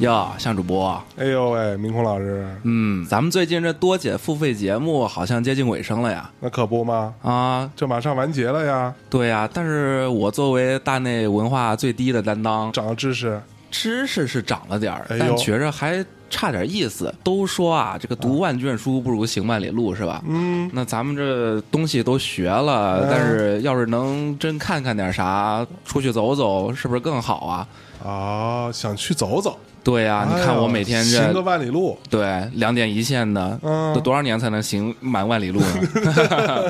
哟，向主播，哎呦喂，明空老师，嗯，咱们最近这多姐付费节目好像接近尾声了呀。那可不吗？啊，这马上完结了呀，对呀、但是我作为大内文化最低的担当，长了知识。知识是涨了点儿，哎呦但觉着还差点意思。都说啊，这个读万卷书不如行万里路，是吧？嗯，那咱们这东西都学了，嗯但是要是能真看看点啥，出去走走，是不是更好啊？啊，想去走走。对呀、哎啊你呦看我每天行个这万里路，对两点一线的，嗯都多少年才能行满万里路呢？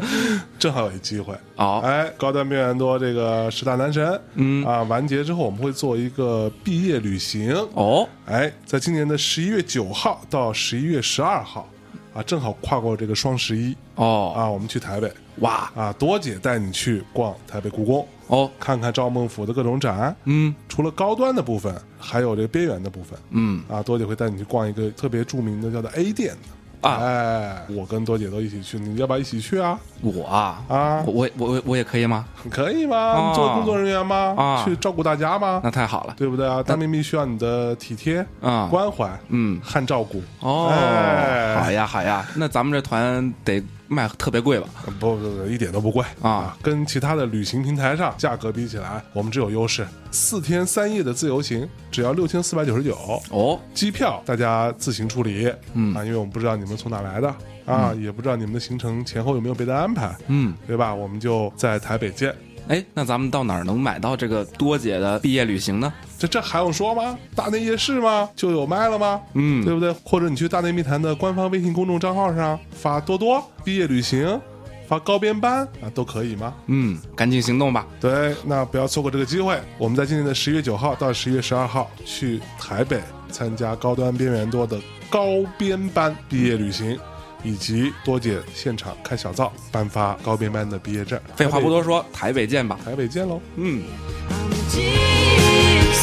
正好有一机会。好、哎，高端边缘多这个十大男神，哦嗯啊，完结之后我们会做一个毕业旅行。哦，哎，在今年的十一月九号到十一月十二号，啊，正好跨过这个双十一哦，啊，我们去台北哇，啊，多姐带你去逛台北故宫，哦，看看赵孟頫的各种展。嗯除了高端的部分，还有这个边缘的部分嗯啊，多姐会带你去逛一个特别著名的叫做 A 店啊哎，我跟多姐都一起去，你要不要一起去啊？我啊，啊我我我我也可以吗？ 可以吗？啊你做工作人员吗？啊去照顾大家吗？那太好了，对不对啊？当兵必须要你的体贴、啊关怀、嗯和照顾。哦，哎好呀好呀，那咱们这团得卖特别贵吧？不不不，一点都不贵啊跟其他的旅行平台上价格比起来，我们只有优势。四天三夜的自由行只要六千四百九十九，哦，机票大家自行处理，嗯啊，因为我们不知道你们从哪来的啊，也不知道你们的行程前后有没有别的安排，嗯，对吧？我们就在台北见。哎，那咱们到哪儿能买到这个多姐的毕业旅行呢？这这还用说吗？大内夜市吗？就有卖了吗？嗯对不对？或者你去大内密谈的官方微信公众账号上发多多毕业旅行，发高编班啊，都可以吗？嗯，赶紧行动吧！对，那不要错过这个机会。我们在今年的十月九号到十月十二号去台北参加高端边缘多的高编班毕业旅行，以及多姐现场开小灶颁发高编班的毕业证。废话不多哎说，台北见吧。台北，台北见喽！嗯，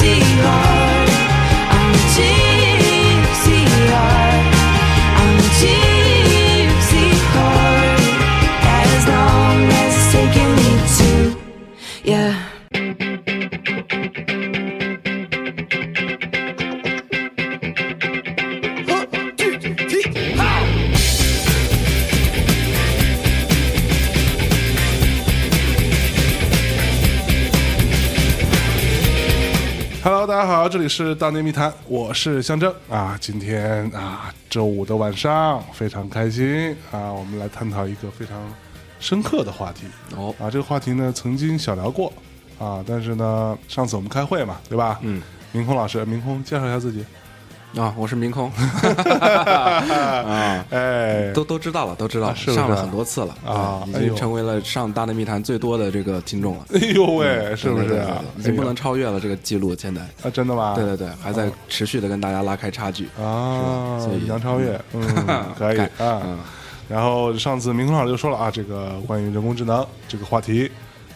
I'm a gypsy heart. I'm a gypsy heart. I'm a gypsy heart. As long as it's taking me to, yeah. Hello，大家好，这里是大内密谈，我是象征啊。今天啊，周五的晚上非常开心啊，我们来探讨一个非常深刻的话题哦啊。这个话题呢，曾经小聊过啊，但是呢，上次我们开会嘛，对吧？嗯，明空老师，明空介绍一下自己。啊，我是明空，啊，哎， 都都知道了，都知道了，是不是上了很多次了啊嗯已哎呦经成为了上大内密谈最多的这个听 众了，哎呦喂，是不对是对啊对？对已经不哎能呦超越了这个记录，现在。啊，真的吗？对对对，还在持续的跟大家拉开差距。啊是吧所，以杨超越，嗯， 可以啊。然后上次明空老师就说了啊，这个关于人工智能这个话题，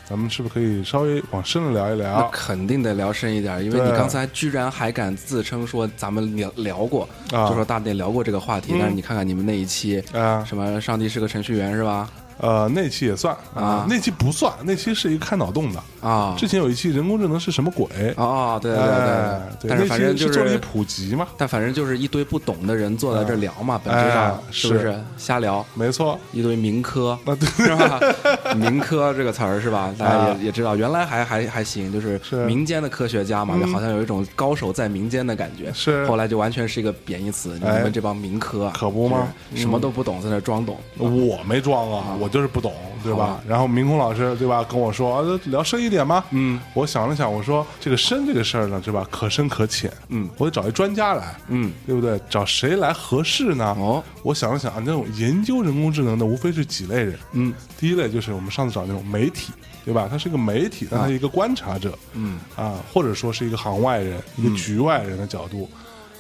咱们是不是可以稍微往深了聊那一聊？肯定得聊深一点，因为对你刚才居然还敢自称说咱们聊聊过，啊嗯就说大内聊过这个话题。但是你看看你们那一期，啊什么上帝是个程序员是吧？呃，那期也算啊那期不算，那期是一个开脑洞的。啊，之前有一期人工智能是什么鬼？哦，对对哎对，对，但是那反期正就是做了一普及嘛，但反正就是一堆不懂的人坐在这聊嘛，本质上哎是不是是瞎聊？没错。一堆民科，是吧？ 民科这个词儿是吧？大家啊也也知道，原来还还还行，就是是嗯民间的科学家嘛，就好像有一种高手在民间的感觉。是后来就完全是一个贬义词，你哎们这帮民科啊，可不吗嗯就是什么都不懂，在那装懂。我没装啊，我就是不懂，对好吧吧？然后明空老师对吧跟我说啊，聊深一点吗？嗯，我想了想，我说这个深这个事儿呢，对吧？可深可浅，嗯，我得找一专家来，嗯，对不对？找谁来合适呢？哦，我想了想啊，那种研究人工智能的无非是几类人，嗯，第一类就是我们上次找那种媒体，对吧？他是一个媒体，但他是一个观察者，嗯啊，或者说是一个行外人、一个局外人的角度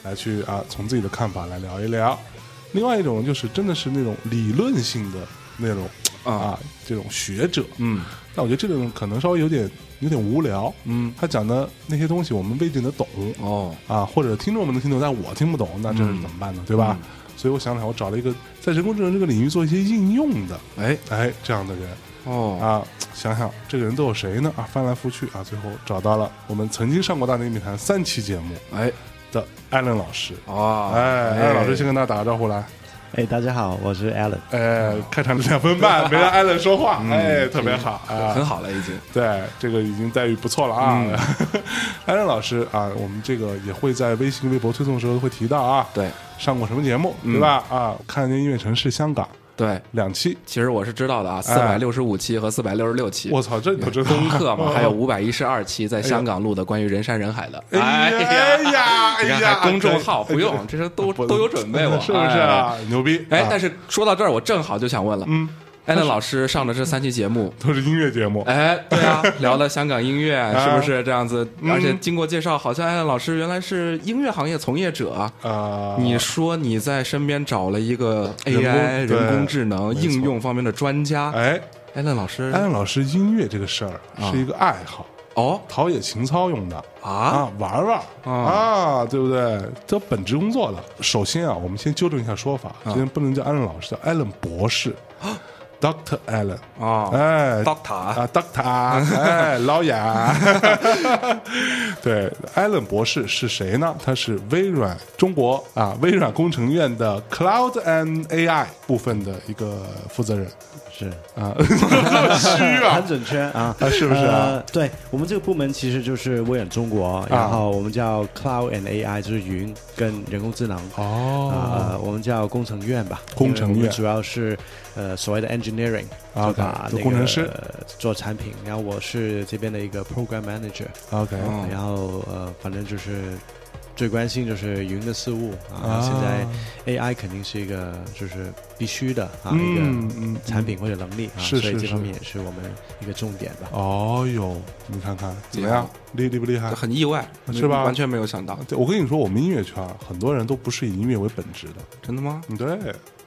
来去啊，从自己的看法来聊一聊。另外一种就是真的是那种理论性的那种啊，这种学者，嗯，但我觉得这种可能稍微有点有点无聊，嗯，他讲的那些东西我们未见得懂，哦，啊，或者听众们能听懂，但我听不懂，那这是怎么办呢？对吧？所以我想了想，我找了一个在人工智能这个领域做一些应用的，哎，哎，这样的人哦，啊，想想这个人都有谁呢？啊，翻来覆去啊，最后找到了我们曾经上过大内密谈三期节目，哎，的艾伦老师。哦哎，艾伦老师先跟大家打个招呼来。哎，大家好，我是 Alan。哎，开场两分半，没让艾伦说话，哎，特别好啊，很好了已经。对，这个已经待遇不错了啊。嗯 艾伦老师啊，我们这个也会在微信、微博推送的时候会提到啊。对，嗯上过什么节目，对吧？啊，看见音乐城市香港对，两期，其实我是知道的啊，四百六十五期和四百六十六期，哎我操，这你都知道？功课 嘛，还有嗯。五百一十二期在香港录的关于人山人海的。哎呀，哎你看呀，还公众号哎不用，这是 都都有准备，我哎是不是？啊？牛逼！哎哎，但是是说到这儿，我正好就想问了，嗯，艾伦老师上的这三期节 目，都是音乐节目，哎，对啊，聊了香港音乐，啊是不是这样子？嗯而且经过介绍，好像艾伦老师原来是音乐行业从业者啊。啊，你说你在身边找了一个人工 AI 对人工智能没错应用方面的专家，哎，艾伦老师安老师音乐这个事儿啊是一个爱好，哦陶冶情操用的。啊啊，玩玩啊啊，对不对？这本职工作了。首先啊，我们先纠正一下说啊法，今天不能叫安老师，叫艾伦博士，Doctor Allen。啊哎，Doctor 啊，Doctor，哎， 老雅，对，艾伦博士是谁呢？他是微软中国啊，微软工程院的 Cloud and AI 部分的一个负责人是， 啊，虚啊 很，准确啊啊是不是啊呃对我们这个部门其实就是微软中国，然后我们叫 Cloud and AI，就是云跟人工智能。哦，呃，我们叫工程院吧，工程院因为我们主要是呃所谓的 engineering，啊就把做那个工程师呃做产品，然后我是这边的一个 program manager， OK，嗯然后呃，反正就是最关心就是云的事务啊。啊现在 AI 肯定是一个就是必须的啊、嗯一嗯个产品或者能力啊，是所以是这方是面也是我们一个重点吧。哦哟，你看看怎么样，厉厉不厉害？很意外，啊是吧完全没有想到，对，我跟你说，我们音乐圈儿很多人都不是以音乐为本职的。真的吗？嗯，对，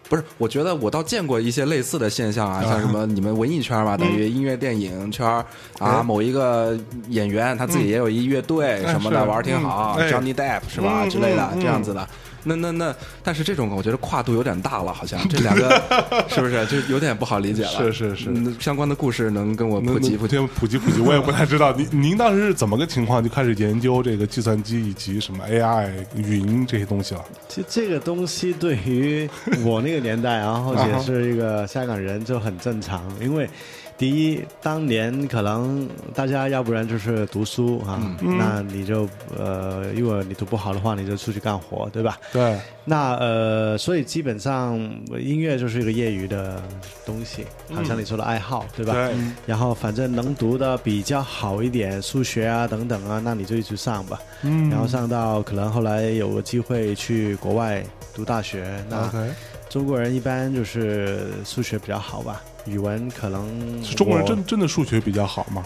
不是，我觉得我倒见过一些类似的现象啊，像什么你们文艺圈嘛，等于音乐电影圈儿啊，哎某一个演员他自己也有一乐队什么的，是玩儿挺好嗯哎，Johnny Depp 是吧嗯之类的嗯嗯这样子的。那那那，但是这种我觉得跨度有点大了，好像这两个是不是就有点不好理解了？是是是嗯相关的故事能跟我普及普及？先普及普及，我也不太知道。 您您当时是怎么个情况就开始研究这个计算机以及什么 AI、云这些东西了？其实这个啊东西对于我那个年代，然后也是一个香港人就很正常，因为第一，当年可能大家要不然就是读书啊，那你就呃，如果你读不好的话，你就出去干活，对吧？对，那呃，所以基本上呃音乐就是一个业余的东西，好像你说的爱好，嗯对吧？对然后反正能读的比较好一点，数学啊等等啊，那你就一直上吧。嗯然后上到可能后来有个机会去国外读大学，那 OK，中国人一般就是数学比较好吧，语文可能是中国人我真真的数学比较好吗？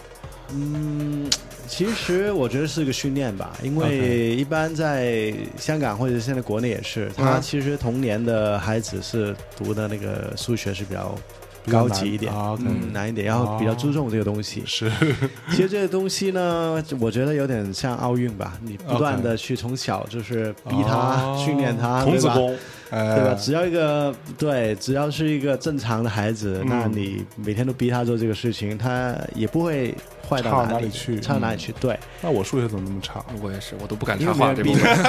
嗯，其实我觉得是个训练吧，因为一般在香港或者现在国内也是，他嗯其实童年的孩子是读的那个数学是比较比较高难级一点。啊，OK，嗯，难一点，然哦后比较注重这个东西。是其实这个东西呢，我觉得有点像奥运吧，你不断的去从小就是逼他、哦训练他，童子对吧功，对吧？哎，只要一个对，只要是一个正常的孩子，嗯那你每天都逼他做这个事情，他也不会坏差到到哪哪里去嗯差到哪里去。对，那我数学怎么那么差？我也是，我都不敢因插为没话人这逼部你分。，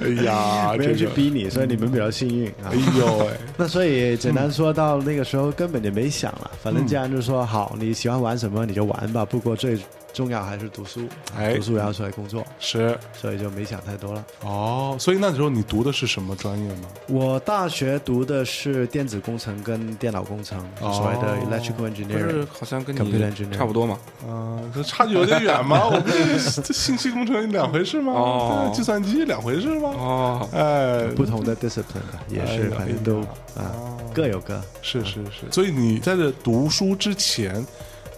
哎呀， 没这人去个，逼你，所以你们比较幸运啊哎。呦喂，那所以简单说到那个时候根本就没想了，嗯反正既然就说好，你喜欢玩什么你就玩吧。不过最重要还是读书，哎读书然后出来工作，是所以就没想太多了。哦，所以那时候你读的是什么专业呢？我大学读的是电子工程跟电脑工程，哦所谓的 electrical 不是 engineering。好像跟 Computer 你 engineer 差不多嘛？嗯，这差距有点远 吗？我们这这信息工程两回事吗？哦对计算机两回事吗？哦，哎，不同的 discipline 吧，也哎是呀反正都哎呀啊哦各有各。是是是，所以你在这读书之前，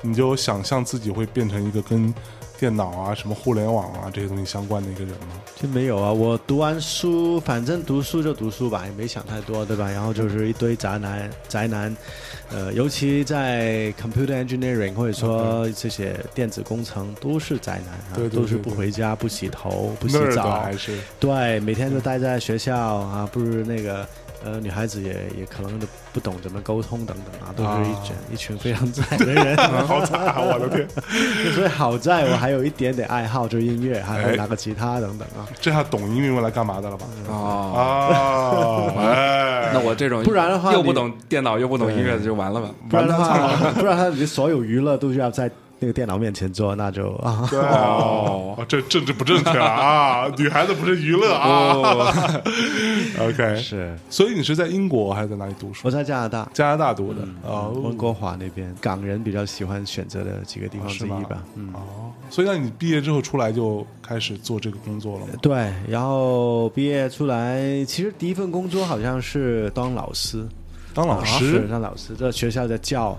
你就想象自己会变成一个跟电脑啊、什么互联网啊这些东西相关的一个人吗？就没有啊，我读完书，反正读书就读书吧，也没想太多，对吧？然后就是一堆宅男，宅男，呃，尤其在 computer engineering 或者说这些电子工程，都是宅男啊，嗯对对对都是不回家、不洗头、不洗那儿的 澡啊还，是对，每天都待在学校啊，不如那个呃，女孩子也也可能都不懂怎么沟通等等啊，都是一群、一群非常 惨的 人。好惨啊，我的天！ 所以好在我还有一点点爱好，就是音乐，还哎会拿个吉他等等啊， 这下懂音明白来干嘛的了吧？嗯哦，啊，哎，那我这种不然的话又不你懂电脑又不懂音乐的就完了吧？不然的话，不然他的所有娱乐都是要在那个电脑面前做，那就啊，对啊哦，这政治不正确了啊！女孩子不是娱乐啊。OK， 是所以你是在英国还是在哪里读书哦我？嗯在加拿大。呃加拿大读的温哦，哥华那边，港人比较喜欢选择的几个地方之是一吗吧。嗯，哦，所以那你毕业之后出来就开始做这个工作了吗？对。然后毕业出来，其实第一份工作好像是当老师，啊当老是师啊当老师，在学校在教，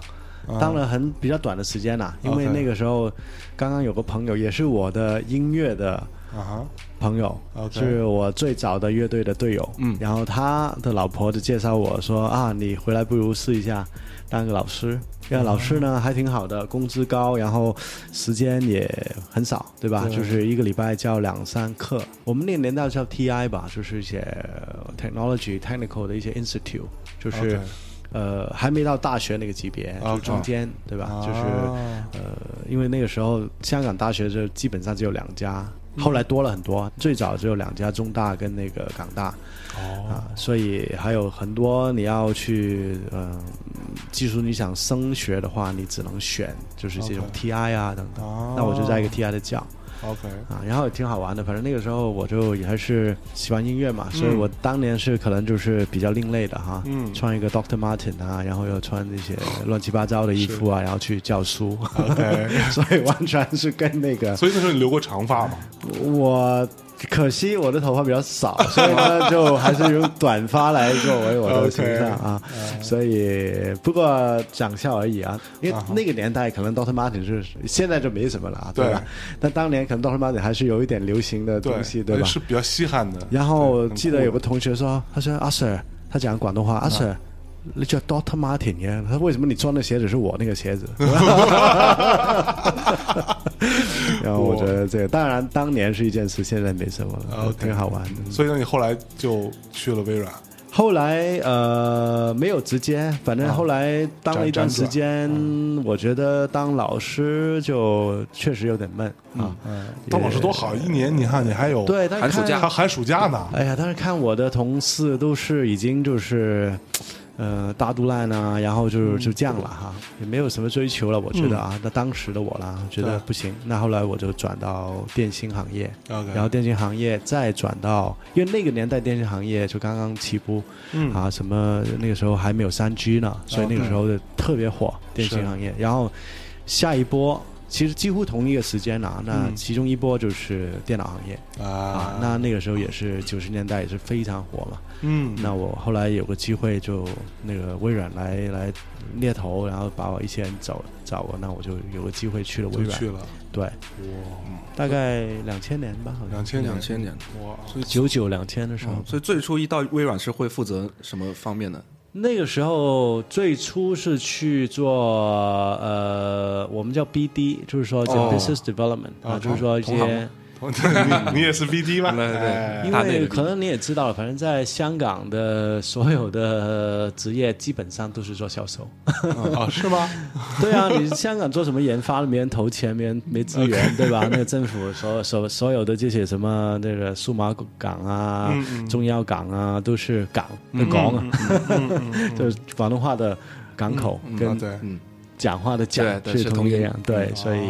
当了很比较短的时间啦、因为 OK 那个时候刚刚有个朋友，也是我的音乐的啊哈，朋友 OK 是我最早的乐队的队友。嗯，然后他的老婆就介绍我说啊，你回来不如试一下当个老师。因为老师呢还挺好的，工资高，然后时间也很少，对吧？就是一个礼拜教两三课。我们那个年代叫 TI 吧，就是一些呃 technology technical 的一些 institute，就是 OK 呃还没到大学那个级别，就 OK 中间，对吧？啊就是呃，因为那个时候香港大学就基本上只有两家，后来多了很多，最早只有两家，中大跟那个港大。哦啊，所以还有很多你要去呃，技术你想升学的话，你只能选就是这种 TI 啊等等。哦那我就在一个 TI 的教。 ，OK，啊，然后也挺好玩的。反正那个时候我就也还是喜欢音乐嘛，所以我当年是可能就是比较另类的哈，嗯穿一个 Doctor Martin 啊，然后又穿那些乱七八糟的衣服啊，然后去教书 OK 所以完全是跟那个所以那时候你留过长发吗？我。可惜我的头发比较少，所以呢，就还是用短发来作为我的 OK 嗯形象啊。所以不过长相而已啊，因为那个年代可能 Doctor Martin 是现在就没什么了啊，对吧？但当年可能 Doctor Martin 还是有一点流行的东西，对吧？哎是比较稀罕的。嗯然后我对记得有个同学说，他说阿 Sir，他讲广东话，阿 Sir。你叫 Doctor Martin 耶？他说为什么你穿的鞋子是我那 个鞋子？然后我觉得这个，当然当年是一件事，现在没什么了， OK 挺好玩的。嗯所以那你后来就去了微软，后来呃没有直接，反正后来当了一段时间，我觉得当老师就确实有点闷啊。嗯当老师多好，一年你看你还有对，但是寒暑看假还寒暑假呢。哎呀，但是看我的同事都是已经就是，呃，大肚烂啊，然后就就这样了哈，也没有什么追求了，我觉得嗯啊，那当时的我啦，觉得对不行，那后来我就转到电信行业 OK 然后电信行业再转到，因为那个年代电信行业就刚刚起步，嗯啊，什么那个时候还没有三 G 呢，所以那个时候的特别火电嗯信是行业，然后下一波。其实几乎同一个时间啊，那嗯其中一波就是电脑行业，啊啊，那那个时候也是九十年代也是非常火嘛。嗯，那我后来有个机会就那个微软来来猎头，然后把我一些人找找我，那我就有个机会去了微就软去。了，对，哇，大概两千年吧，好像两千两千年，哇，九九两千的时候。嗯所以最初一到微软是会负责什么方面的？那个时候最初是去做呃，我们叫 BD，就是说叫哦 business development、啊，就是说一同行些。 你你也是 BD 吗？对对哎因大内的为利益可能你也知道了，反正在香港的所有的职业基本上都是做销售。哦，是吗？ 对啊，你香港做什么研发，没人投钱，没人没 资源，对吧？那个政府所所所有的这些什么那个数码港啊、嗯中药港啊，都是港的港嗯啊，嗯就是广东话的港口啊跟对，讲话的讲对对是同同音样，对，所以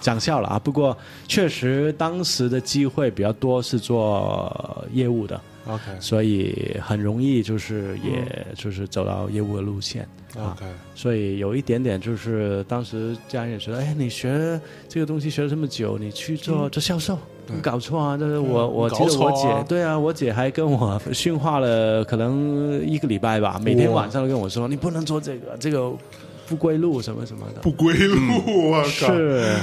讲笑了啊。不过确实当时的机会比较多，是做业务的。 OK 嗯所以很容易就是也就是走到业务的路线啊。 OK， 所以有一点点就是当时家人也觉得，哎，你学这个东西学了这么久，你去做做销售。你搞错啊！就是我，我记搞得错我嗯啊姐，对啊，我姐还跟我训话了，可能一个礼拜吧，每天晚上都跟我说，你不能做这个，这个不归路什么什么的，嗯不归路，我靠！是。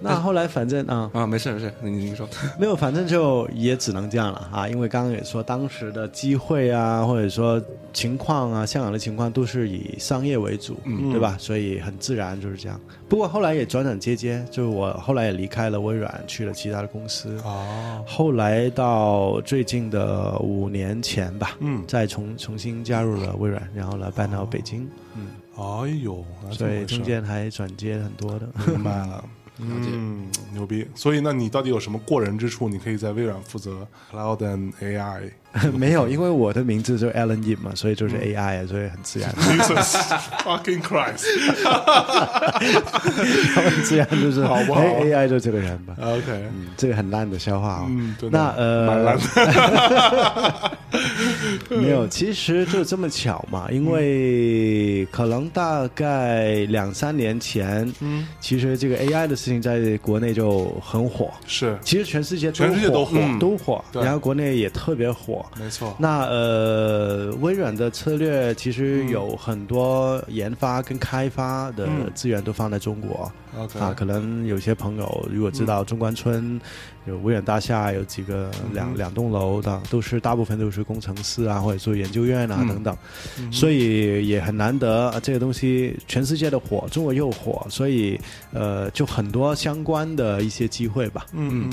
那后来反正啊，啊，没事没事，你你说，没有，反正就也只能这样了啊，因为刚刚也说当时的机会啊，或者说情况啊，香港的情况都是以商业为主，对吧？所以很自然就是这样。不过后来也转转接接，就是我后来也离开了微软，去了其他的公司。哦，后来到最近的五年前吧，嗯，再重重新加入了微软，然后呢搬到北京，哎呦，那怎所么以回事中间还转接很多的。明白了。嗯，牛逼！所以，那你到底有什么过人之处？你可以在微软负责 Cloud and AI 嗯 没有，因为我的名字就是 Alan Yip 嘛，所以就是 AI，、所以很自然， Jesus fucking Christ！OK，、 很自然就是好不好哎 AI 就这个人吧。 OK 嗯，这个很烂的消化哦。嗯对那蛮呃烂，没有，其实就这么巧嘛，因嗯为可能大概两三年前，嗯，其实这个 AI 的事情在国内就很火，是其实全世界全世界都都火嗯都火，对然后国内也特别火。没错。那呃，微软的策略其嗯实有很多研发跟开发的嗯资源都放在中国、 OK，啊。可能有些朋友如果知道中关村、有微软大厦，有几个两、两栋楼的，都是大部分都是工程师啊，或者说研究院啊、等等，所以也很难得、啊这个东西全世界的火，中国又火，所以呃，就很多相关的一些机会吧。嗯，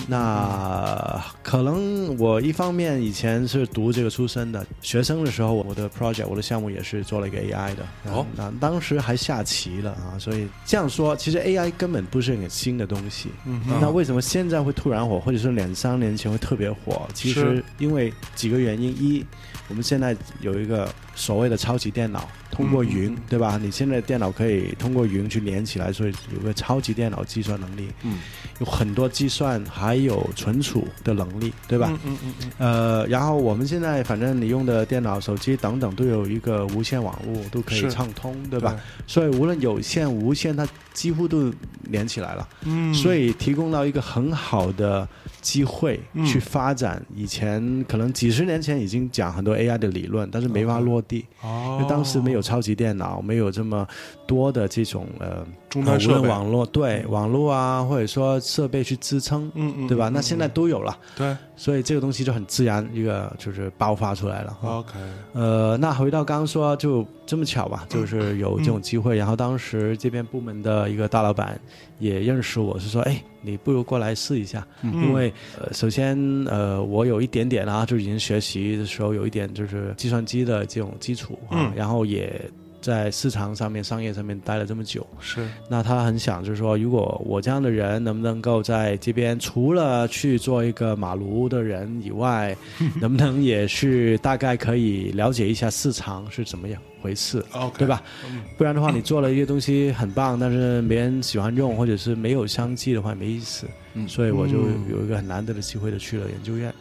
那可能我一方面以前是读这个出身的，学生的时候我的 project 我的项目也是做了一个 AI 的，嗯哦那当时还下棋了啊，所以这样说，其实 AI 根本不是很新的东西，嗯那为什么现在会突然火，或者说两三年前会特别火？其实是因为几个原因：一，我们现在有一个所谓的超级电脑，通嗯过云，对吧？你现在电脑可以通过云去连起来，所以有个超级电脑计算能力，嗯，有很多计算还有存储的能力，对吧？嗯嗯嗯呃，然后我们现在反正你用的电脑、手机等等都有一个无线网络，都可以是畅通，对吧？所以无论有线、无线，它几乎都连起来了。嗯，所以以提供到一个很好的机会嗯去发展。以前可能几十年前已经讲很多 AI 的理论，但是没法落地，因哦为，当时没有超级电脑，没有这么多的这种呃终端设无备论，网络对网络啊，或者说设备去支撑，嗯嗯，对吧？嗯那现在啊都有了，对所以这个东西就很自然一个就是爆发出来了。哈，OK，呃，那回到刚刚说，就这么巧吧，嗯就是有这种机会。然后当时这边部门的一个大老板也认识我，是说，哎，你不如过来试一下，嗯因为呃，首先呃，我有一点点啊，就已经学习的时候有一点就是计算机的这种基础啊，嗯然后也。在市场上面、商业上面待了这么久，是那他很想就是说，如果我这样的人能不能够在这边，除了去做一个马卢的人以外，能不能也是大概可以了解一下市场是怎么样回事， OK，对？吧？嗯不然的话，你做了一个东西很棒，但是没人喜欢用，或者是没有相继的话，没意思。嗯所以我就嗯有一个很难得的机会的去了研究院。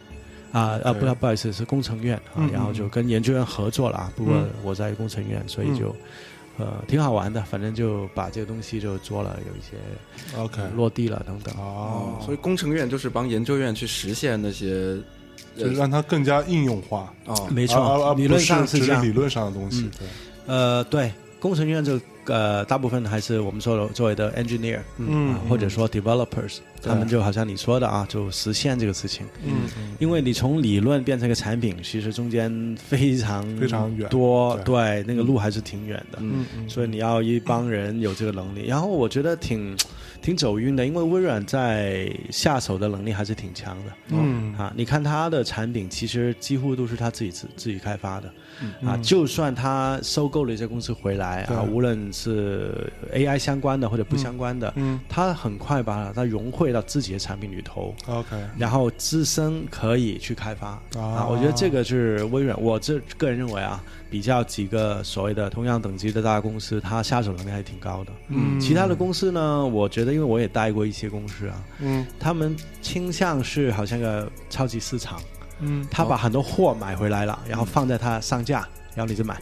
啊对啊，不，不好意思，是工程院啊嗯，然后就跟研究院合作了啊。不过嗯我在工程院，所以就，呃，挺好玩的。反正就把这个东西就做了，有一些 OK，嗯落嗯地了等等。哦，所以工程院就是帮研究院去实现那些，就是让它更加应用化，哦，没啊啊错，理论上不是只这样理。论上的东西，对，呃，对，工程院就呃，大部分还是我们说的作为的 engineer，嗯啊或者说 developers，对他们就好像你说的啊，就实现这个事情。嗯嗯因为你从理论变成一个产品，其实中间非常非常远多，对对，那个路还是挺远的。嗯嗯所以你要一帮人有这个能力，然后我觉得挺挺走运的，因为微软在下手的能力还是挺强的。嗯啊，你看它的产品其实几乎都是它自己自自己开发的，嗯啊，就算它收购了一些公司回来啊，对无论是 AI 相关的或者不相关的，嗯它很快把它融汇到自己的产品里头。 ，OK，然后自身可以去开发、啊，我觉得这个是微软，我这个人认为啊，比较几个所谓的同样等级的大公司，它下手能力还挺高的。嗯其他的公司呢，我觉得因为我也待过一些公司啊，嗯他们倾向是好像个超级市场，嗯哦他把很多货买回来了，然后放在他上架，然后你就买。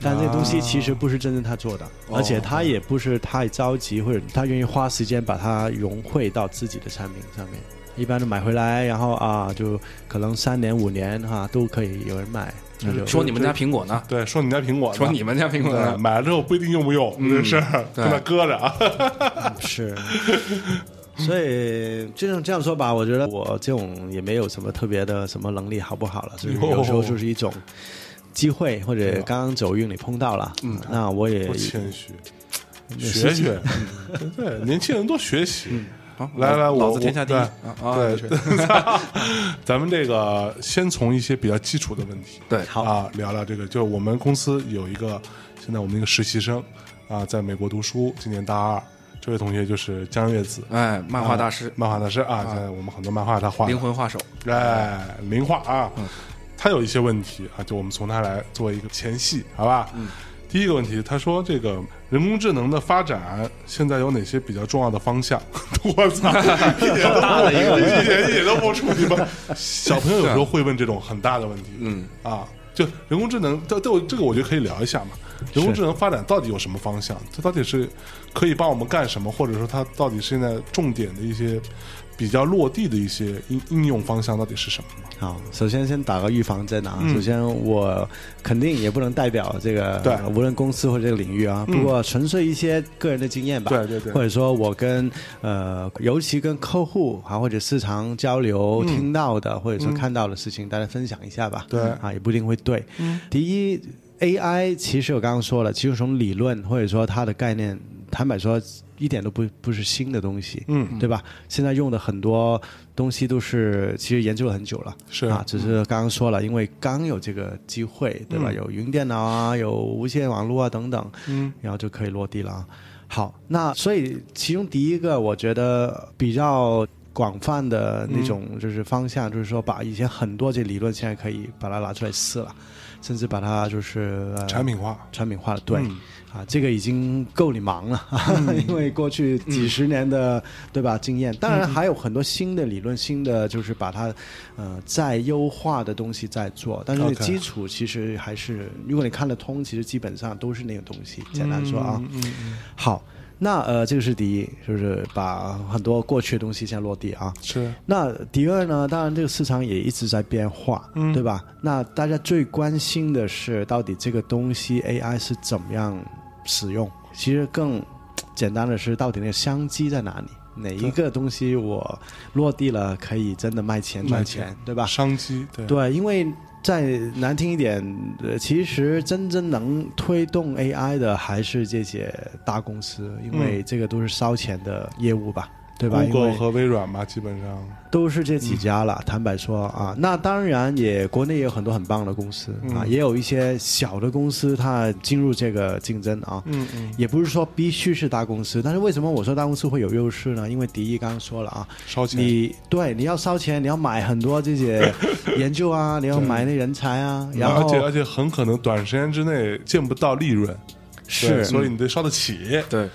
但这个东西其实不是真正他做的，嗯而且他也不是太着急，或者他愿意花时间把它融汇到自己的产品上面。一般都买回来，然后啊，就可能三年五年哈、都可以有人买。那就嗯说你们家苹果呢？对，说你家苹果呢，说你们家苹果对嗯呢？买了之后不一定用不用，这事儿对跟他搁着啊。 是，所以这种这样说吧，我觉得我这种也没有什么特别的什么能力好不好了，就是哟有时候就是一种机会或者刚刚走运你碰到了，嗯那我也多谦虚，学学， 嗯对，年轻人多学习。好来来，老我老子天下第一我啊嗯啊！对是对， 咱们这个先从一些比较基础的问题，对好啊，聊聊这个，就是我们公司有一个，现在我们一个实习生啊，在美国读书，今年大二，这位同学就是江月子，哎，漫画大师啊，漫画大师啊，现在我们很多漫画他画的灵魂画手，哎，零化啊，他有一些问题啊，就我们从他来做一个前戏，好吧？第一个问题，他说这个人工智能的发展现在有哪些比较重要的方向？ 我操，一点都不，一点一点都不出你们小朋友有时候会问这种很大的问题，嗯啊，就人工智能，这这我这个我觉得可以聊一下嘛。人工智能发展到底有什么方向？它到底是可以帮我们干什么？或者说它到底是现在重点的一些比较落地的一些应应用方向到底是什么吗？好，首先先打个预防针嗯啊。首先，我肯定也不能代表这个，对嗯无论公司或者这个领域啊。不过，纯粹一些个人的经验吧。对对对或者说我跟呃，尤其跟客户啊，或者市场交流听到的，或者说看到的事情，大家分享一下吧。嗯对嗯啊，也不一定会对。第一，AI 其实我刚刚说了，其实从理论或者说它的概念，坦白说一点都不不是新的东西，嗯，对吧？现在用的很多东西都是其实研究了很久了，是嗯啊，只是刚刚说了，因为刚有这个机会，对吧？有云电脑啊，有无线网络啊等等，嗯，然后就可以落地了啊。好，那所以其中第一个，我觉得比较广泛的那种就是方向，就是说把以前很多这理论现在可以把它拿出来试了，甚至把它就是、呃产品化，产品化了，对。啊，这个已经够你忙了， 因为过去几十年的、对吧经验，当然还有很多新的理论，新的就是把它呃再优化的东西在做，但是 OK 基础其实还是如果你看得通，其实基本上都是那个东西。嗯简单说啊，好，那呃这个是第一，就是把很多过去的东西先落地啊。是那第二呢？当然，这个市场也一直在变化，对吧？那大家最关心的是，到底这个东西 AI 是怎么样使用？其实更简单的是，到底那个商机在哪里？哪一个东西我落地了可以真的卖钱赚钱，对吧？商机，对对，因为再难听一点，呃，其实真正能推动 AI 的还是这些大公司，因为这个都是烧钱的业务吧，对吧？因为，Google 和微软嘛，基本上都是这几家嗯了。坦白说啊，那当然也国内也有很多很棒的公司、嗯啊，也有一些小的公司它进入这个竞争啊。嗯嗯，也不是说必须是大公司，但是为什么我说大公司会有优势呢？因为迪一刚刚说了啊，烧钱，你对你要烧钱，你要买很多这些研 究啊，你要买那人才啊，然而后且而且很可能短时间之内见不到利润，对是所以你得烧得起，对，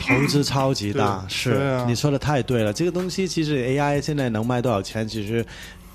投资超级大对，是、对啊你说的太对了。这个东西其实 AI 现在能卖多少钱，其实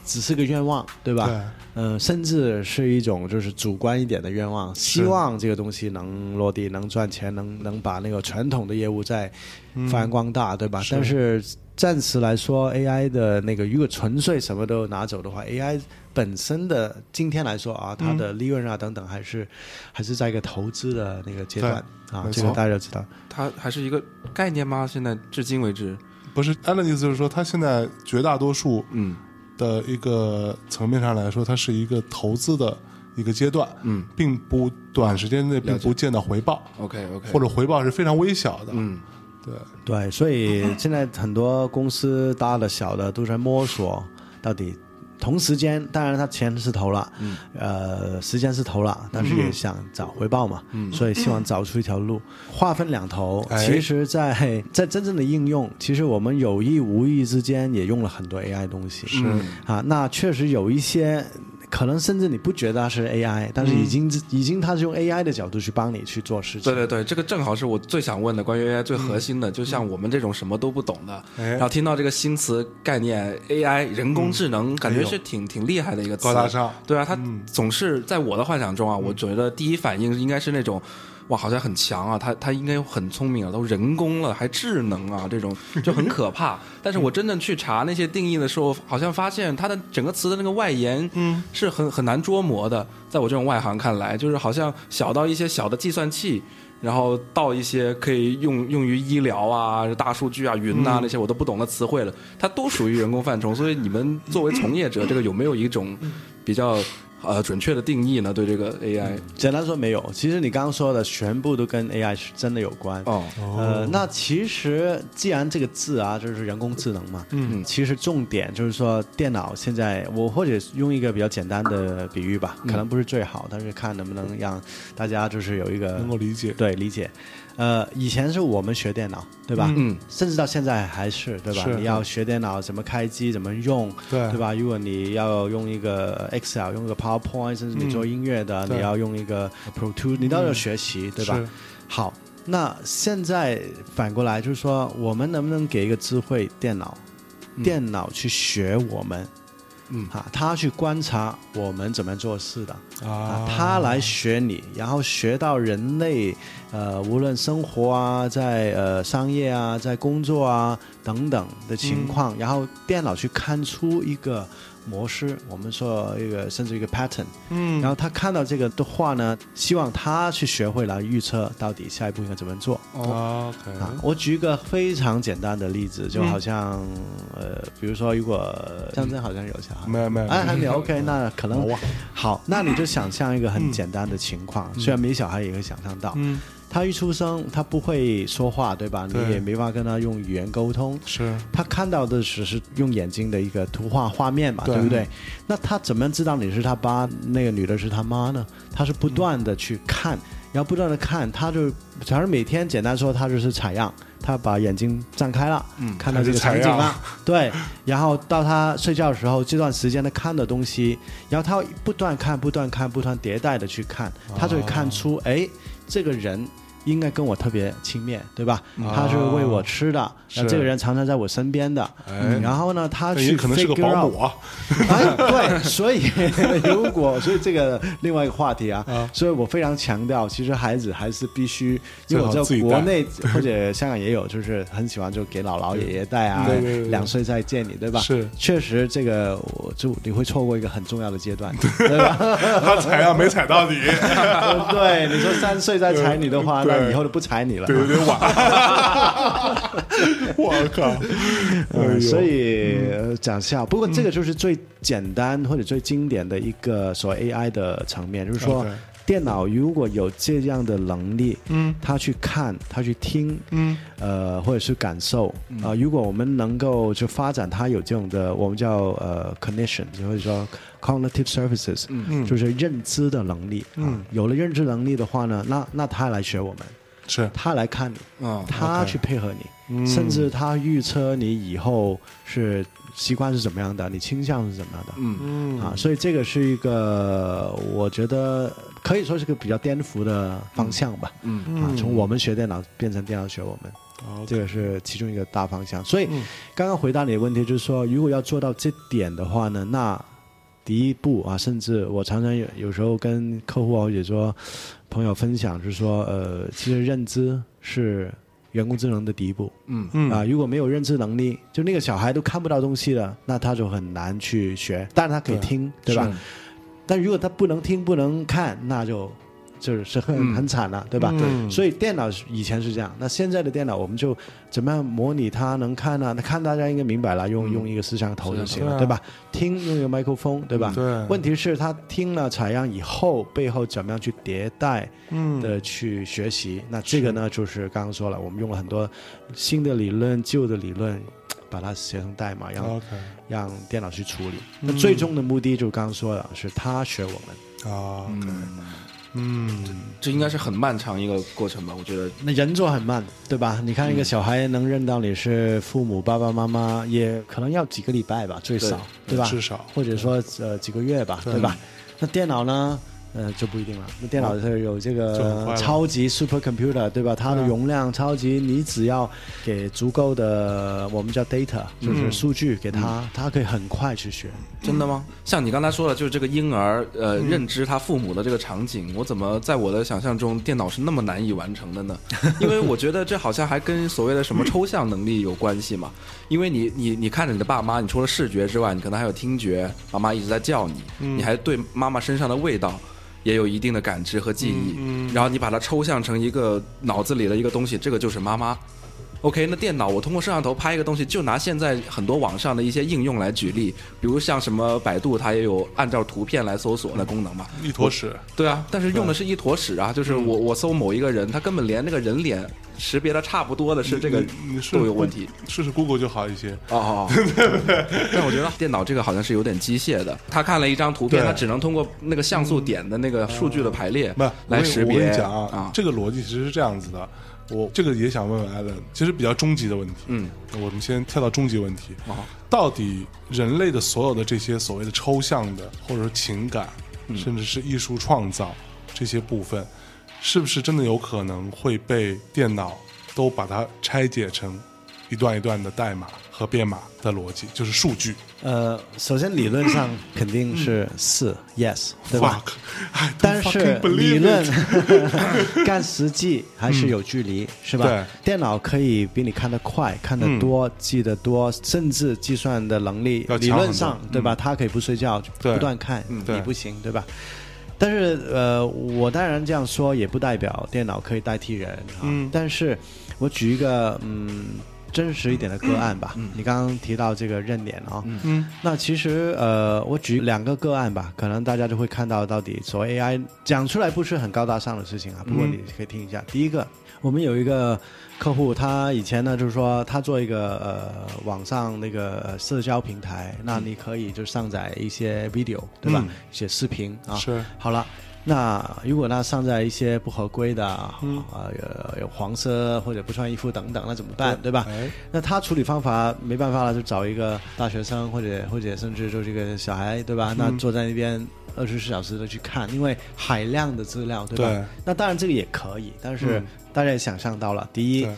只是个愿望，对吧？嗯、甚至是一种就是主观一点的愿望，希望这个东西能落地、能赚钱、能能把那个传统的业务再嗯发扬光大，对吧？但是暂时来说，AI 的那个如果纯粹什么都拿走的话，AI 本身的今天来说啊，它嗯的利润啊等等还是、还是在一个投资的那个阶段啊没，这个错大家都知道。它还是一个概念吗？现在至今为止，不是安的意思就是说，他现在绝大多数嗯，的一个层面上来说，它是一个投资的一个阶段，嗯，并不短时间内并了解不见到回报， OK 哎 OK，或者回报是非常微小的，嗯，对，对，所以现在很多公司大的小的都在摸索到底。同时间，当然他钱是投了，呃，时间是投了，但是也想找回报嘛，所以希望找出一条路，划分两头。哎其实在，在真正的应用，其实我们有意无意之间也用了很多 AI 东西，是啊，那确实有一些。可能甚至你不觉得它是 AI，但是已经、已经它是用 AI 的角度去帮你去做事情。对对对，这个正好是我最想问的，关于 AI 最核心的，就像我们这种什么都不懂的，嗯哎然后听到这个新词概念 AI 人工智能，感觉是挺挺厉害的一个词，嗯哎高大上对啊，它总是在我的幻想中啊，我觉得第一反应应该是那种。哇，好像很强啊，他他应该很聪明啊，都人工了还智能啊，这种就很可怕。但是我真正去查那些定义的时候，好像发现它的整个词的那个外延，嗯，是很很难捉摸的。在我这种外行看来，就是好像小到一些小的计算器。然后到一些可以用用于医疗啊、大数据啊、云呐、那些我都不懂的词汇了，它都属于人工范畴。所以你们作为从业者，这个有没有一种比较呃准确的定义呢？对这个 AI 简单说没有，其实你刚刚说的全部都跟 AI 是真的有关。哦呃，那其实既然这个字啊，就是人工智能嘛，嗯，其实重点就是说电脑现在，我或者用一个比较简单的比喻吧，嗯可能不是最好，但是看能不能让大家就是有一个能够理解对理解。呃，以前是我们学电脑，对吧？嗯嗯，甚至到现在还是，对吧？是嗯你要学电脑怎么开机，怎么用，对对吧？如果你要用一个 Excel，用一个 PowerPoint，甚至你做音乐的，嗯对嗯你要用一个 Pro Tools，你都要学习，对吧是？好，那现在反过来就是说，我们能不能给一个智慧电脑，嗯电脑去学我们？嗯啊，它去观察我们怎么做事的，啊啊，，他来学你，然后学到人类，呃，无论生活啊，在呃商业啊，在工作啊等等的情况，然后电脑去看出一个模式，我们说一个甚至一个 pattern，嗯，然后他看到这个的话呢，希望他去学会来预测到底下一步应该怎么做。啊 OK，啊，我举一个非常简单的例子，就好像、呃，比如说，如果象征好像有小孩，没有没有，哎，还没有 OK，那可能有啊好，那你就想象一个很简单的情况，虽然没小孩也会想象到，嗯，他一出生他不会说话，对吧？对你也没法跟他用语言沟通，是他看到的只是用眼睛的一个图画画面嘛，对对不对？那他怎么知道你是他爸，那个女的是他妈呢？他是不断的去看，然后不断的看，他就反正每天简单说，他就是采样，他把眼睛张开了，看到这个场嗯景他就采了样，对，然后到他睡觉的时候，这段时间他看的东西，然后他会不断看，不断看，不断迭代的去看，他就会看出，哦哎，这个人。应该跟我特别亲密，对吧？哦他是喂我吃的，那是这个人常常在我身边的。嗯然后呢，他那也去可能是个 figure 保 out 姆啊，哎，对，所以 如果所以这个另外一个话题啊，所以我非常强调，其实孩子还是必须，因为我最好自己在带国内或者香港也有，就是很喜欢就给姥姥爷爷带啊对对对，对两岁再见你，对吧？是确实这个我就你会错过一个很重要的 阶段，对吧？他踩啊没踩到 你，对，你说三岁再踩你的话，对那以后就不踩你了。对，有点晚。 我靠！哎呦嗯，所以呃讲笑。不过这个就是最简单或者最经典的一个所谓 AI 的层面，就是说 OK 电脑如果有这样的能力，嗯，它去看，它去听，嗯，呃，或者是感受啊、如果我们能够就发展它有这种的，我们叫呃 cognition，就会说 cognitive services，嗯，就是认知的能力，嗯，有了认知能力的话呢，那那它来学我们。是他来看你，啊他去配合你，甚至他预测你以后是习惯是怎么样的，你倾向是怎么样的，嗯啊，所以这个是一个我觉得可以说是个比较颠覆的方向吧，嗯啊，从我们学电脑变成电脑学我们。嗯这个是其中一个大方向，所以刚刚回答你的问题就是说，如果要做到这点的话呢，那第一步啊，甚至我常常有有时候跟客户啊或者说朋友分享，就是说，呃，其实认知是人工智能的第一步。嗯嗯啊，如果没有认知能力，就那个小孩都看不到东西了，那他就很难去学。但是他可以听，对吧？但如果他不能听、不能看，那就就是是很、嗯很惨了，对吧？嗯所以电脑是以前是这样，那现在的电脑我们就怎么样模拟它能看啊呢、那看大家应该明白了，用、用一个摄像头就行摄像了，头对吧？听用一个麦克风，对吧？对问题是，他听了采样以后，背后怎么样去迭代嗯的去学习？那这个呢，就是刚刚说了，我们用了很多新的理论、旧的理论，把它写成代码，让 OK 让电脑去处理。那最终的目的就刚刚说了，是他学我们。啊，嗯，这应该是很漫长一个过程吧？我觉得那人做很慢，对吧？你看一个小孩能认到你是父母、爸爸妈妈，也可能要几个礼拜吧，最少，对吧？至少或者说呃几个月吧，对对吧？那电脑呢？呃，就不一定了。那电脑嗯是有这就很快个了嗯超级 super computer，对吧？它的容量超级，你只要给足够的我们叫 data，就是嗯数据给它，它可以很快去学。真的吗？嗯像你刚才说的，就是这个婴儿呃、认知他父母的这个场景，我怎么在我的想象中电脑是那么难以完成的呢？ 因为我觉得这好像还跟所谓的什么抽象能力有关系嘛。因为你你你看着你的爸妈，你除了视觉之外，你可能还有听觉，爸妈一直在叫你，你还对妈妈身上的味道。也有一定的感知和记忆，然后你把它抽象成一个脑子里的一个东西，这个就是妈妈，OK，那电脑我通过摄像头拍一个东西，就拿现在很多网上的一些应用来举例，比如像什么百度，它也有按照图片来搜索的功能嘛。一坨屎，对啊，但是用的是一坨屎啊，就是嗯我我搜某一个人，他根本连那个人脸识别的差不多的是这个你你是都有问题。试试 Google 就好一些。 哦，但我觉得电脑这个好像是有点机械的，他看了一张图片，对嗯他只能通过那个像素点的那个数据的排列不来识别我跟你讲啊啊，，这个逻辑其实是这样子的。我这个也想问问 Alan，其实比较终极的问题。嗯，我们先跳到终极问题哦。到底人类的所有的这些所谓的抽象的，或者说情感，嗯甚至是艺术创造这些部分，是不是真的有可能会被电脑都把它拆解成一段一段的代码和编码的逻辑，就是数据呃，首先理论上肯定是是、yes，对吧？ ？Fuck，I don't 但是 fucking believe 理论 it 干实际还是有距离，是对嗯吧？电脑可以比你看得快、看得多、记得多，甚至计算的能力要，强理很多嗯论上对吧？它可以不睡觉，对嗯不断看，对你不行，对吧？但是呃，我当然这样说也不代表电脑可以代替人啊。嗯但是我举一个嗯真实一点的个案吧。嗯你刚刚提到这个认脸啊、嗯，那其实呃，我举两个个案吧，可能大家就会看到到底所谓 AI 讲出来不是很高大上的事情啊。不过你可以听一下，第一个。我们有一个客户，他以前呢就是说他做一个呃网上那个呃社交平台，那你可以就上载一些 video 对吧？一些视频啊，是好了，那如果他上载一些不合规的，啊、有有黄色或者不穿衣服等等，那怎么办？啊对吧？哎那他处理方法没办法了，就找一个大学生或者或者甚至就是一个小孩，对嗯吧？那坐在那边二十四小时的去看，因为海量的资料，对吧？对那当然这个也可以，但是嗯大家也想象到了，第一对，嗯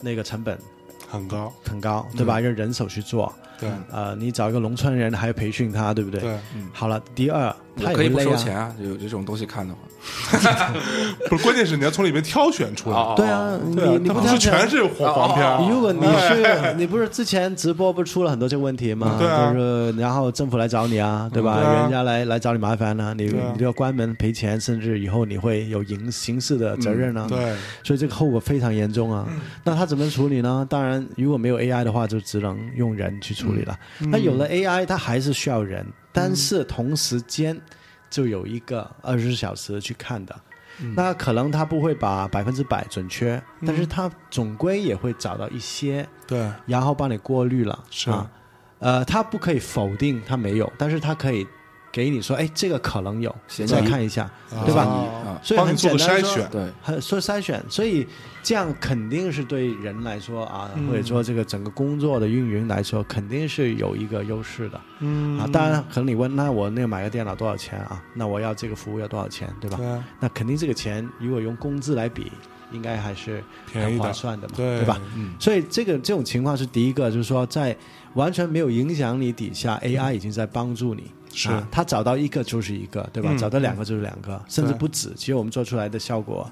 那个成本很高，很高，对吧？用人手去做，对呃，你找一个农村人还要培训他，对不对？对。好了，第二，他我也可以会不累收啊钱啊，有有这种东西看的话。 不是，关键是你要从里面挑选出来。对啊，你对啊，你它不不这样是讲全是黄黄片儿。你哦如果你是你不是之前直播不是出了很多这个问题吗？对啊就是然后政府来找你啊，对吧？对啊人家来来找你麻烦呢、你、对啊你就要关门赔钱，甚至以后你会有刑刑事的责任呢、啊嗯对，所以这个后果非常严重啊。那他怎么处理呢？当然，如果没有 AI 的话，就只能用人去处理了。那有了 AI，它还是需要人，但是同时间就有一个二十四小时去看的。那可能他不会把百分之百准确，但是他总归也会找到一些，对然后帮你过滤了。是啊，呃，他不可以否定他没有，但是他可以给你说，哎，这个可能有，嫌疑再看一下，对啊吧？啊，所以帮很你做简个单筛说选。对，很说筛选，所以这样肯定是对人来说啊，嗯或者说这个整个工作的运营来说，肯定是有一个优势的。嗯啊，当然可能你问，那我那个买个电脑多少钱啊？那我要这个服务要多少钱，对吧？对啊那肯定这个钱如果用工资来比，应该还是便宜很的划算的嘛，对啊吧？嗯所以这个这种情况是第一个，就是说在完全没有影响你底下，AI 已经在帮助你。是啊，他找到一个就是一个，对吧？嗯找到两个就是两个，甚至对嗯不止。其实我们做出来的效果，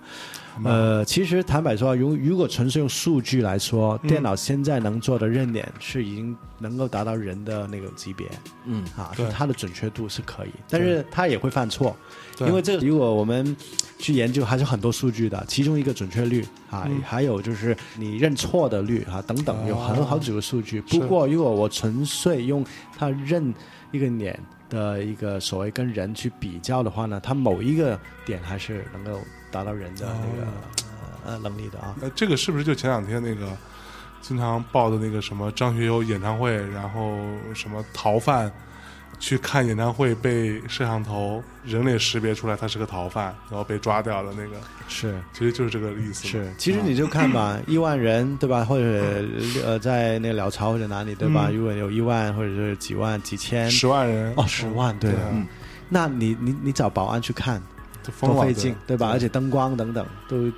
呃，其实坦白说，如如果纯粹用数据来说，嗯电脑现在能做的认脸是已经能够达到人的那个级别嗯，啊，对就它的准确度是可以，但是它也会犯错，对因为这个如果我们去研究，还是很多数据的，其中一个准确率啊，嗯还有就是你认错的率啊等等，有很好几个数哦据。不过如果我纯粹用它认一个脸的一个所谓跟人去比较的话呢，它某一个点还是能够达到人的那个哦呃能力的啊。呃，这个是不是就前两天那个经常报的那个什么张学友演唱会，然后什么逃犯去看演唱会被摄像头人脸识别出来他是个逃犯，然后被抓掉的那个，是其实就是这个意思嘛。是，嗯其实你就看吧，一万人对吧？或者呃，在那个辽朝或者哪里对吧？如果有一万或者嗯是几万、几千啊十万人哦，十万对对啊那你你你找保安去看，就疯多了，。费劲，对吧？而且灯光等等都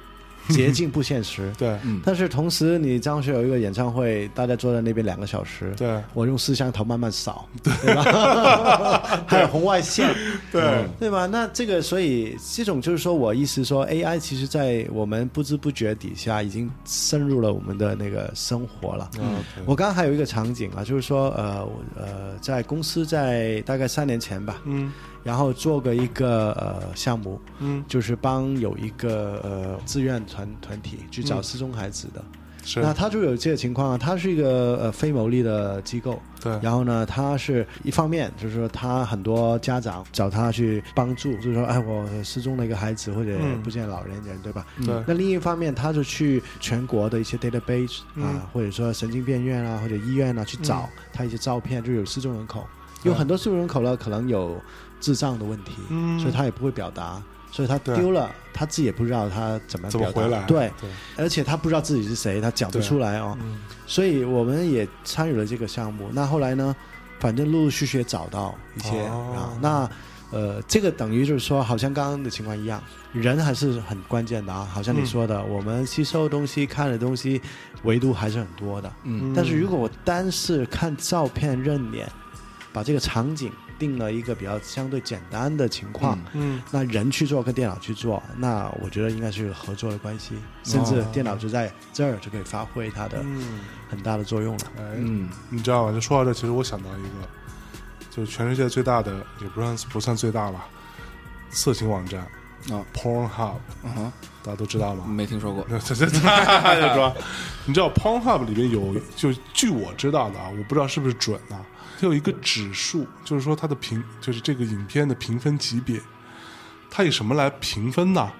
捷径不现 实对嗯但是同时，你张学友一个演唱会，大家坐在那边两个小时，对我用摄像头慢慢扫，对吧？还有红外线，嗯对对吧？那这个，所以这种就是说我意思说，AI 其实在我们不知不觉底下已经深入了我们的那个生活了。 ，OK，嗯我刚刚还有一个场景啊，就是说，呃，我呃，在公司在大概三年前吧，嗯然后做个一个呃项目，嗯就是帮有一个呃志愿团团体去找失踪孩子的。是那他就有这个情况啊，他是一个呃非牟利的机构，对然后呢，他是一方面就是说他很多家长找他去帮助，就是说哎我失踪了一个孩子或者嗯不见老人人，对吧？对那另一方面，他就去全国的一些 database 啊，嗯或者说神经病院啊，或者医院啊去找他一些照片，就有失踪人口，对有很多失踪人口呢，可能有智障的问题，嗯所以他也不会表达，所以他对丢了，他自己也不知道他怎么怎么回表达来？对，而且他不知道自己是谁，他讲不对出来哦，嗯所以我们也参与了这个项目。那后来呢，反正陆陆续续也找到一些啊哦，那呃，这个等于就是说，好像刚刚的情况一样，人还是很关键的啊。好像你嗯说的，我们吸收的东西、看的东西维度还是很多的。嗯但是如果我单是看照片认脸，把这个场景定了一个比较相对简单的情况。嗯嗯那人去做跟电脑去做，那我觉得应该是有合作的关系，甚至电脑就在这儿就可以发挥它的嗯，很大的作用了。哎，嗯你知道吗？就说到这，其实我想到一个，就是全世界最大的，也不算不算最大吧，色情网站哦啊 Pornhub，嗯啊大家都知道吗哈，？没听说过， 这这这就说，你知道 Pornhub 里面有，就据我知道的啊，我不知道是不是准啊，它有一个指数，就是说它的评，就是这个影片的评分级别，它以什么来评分呢？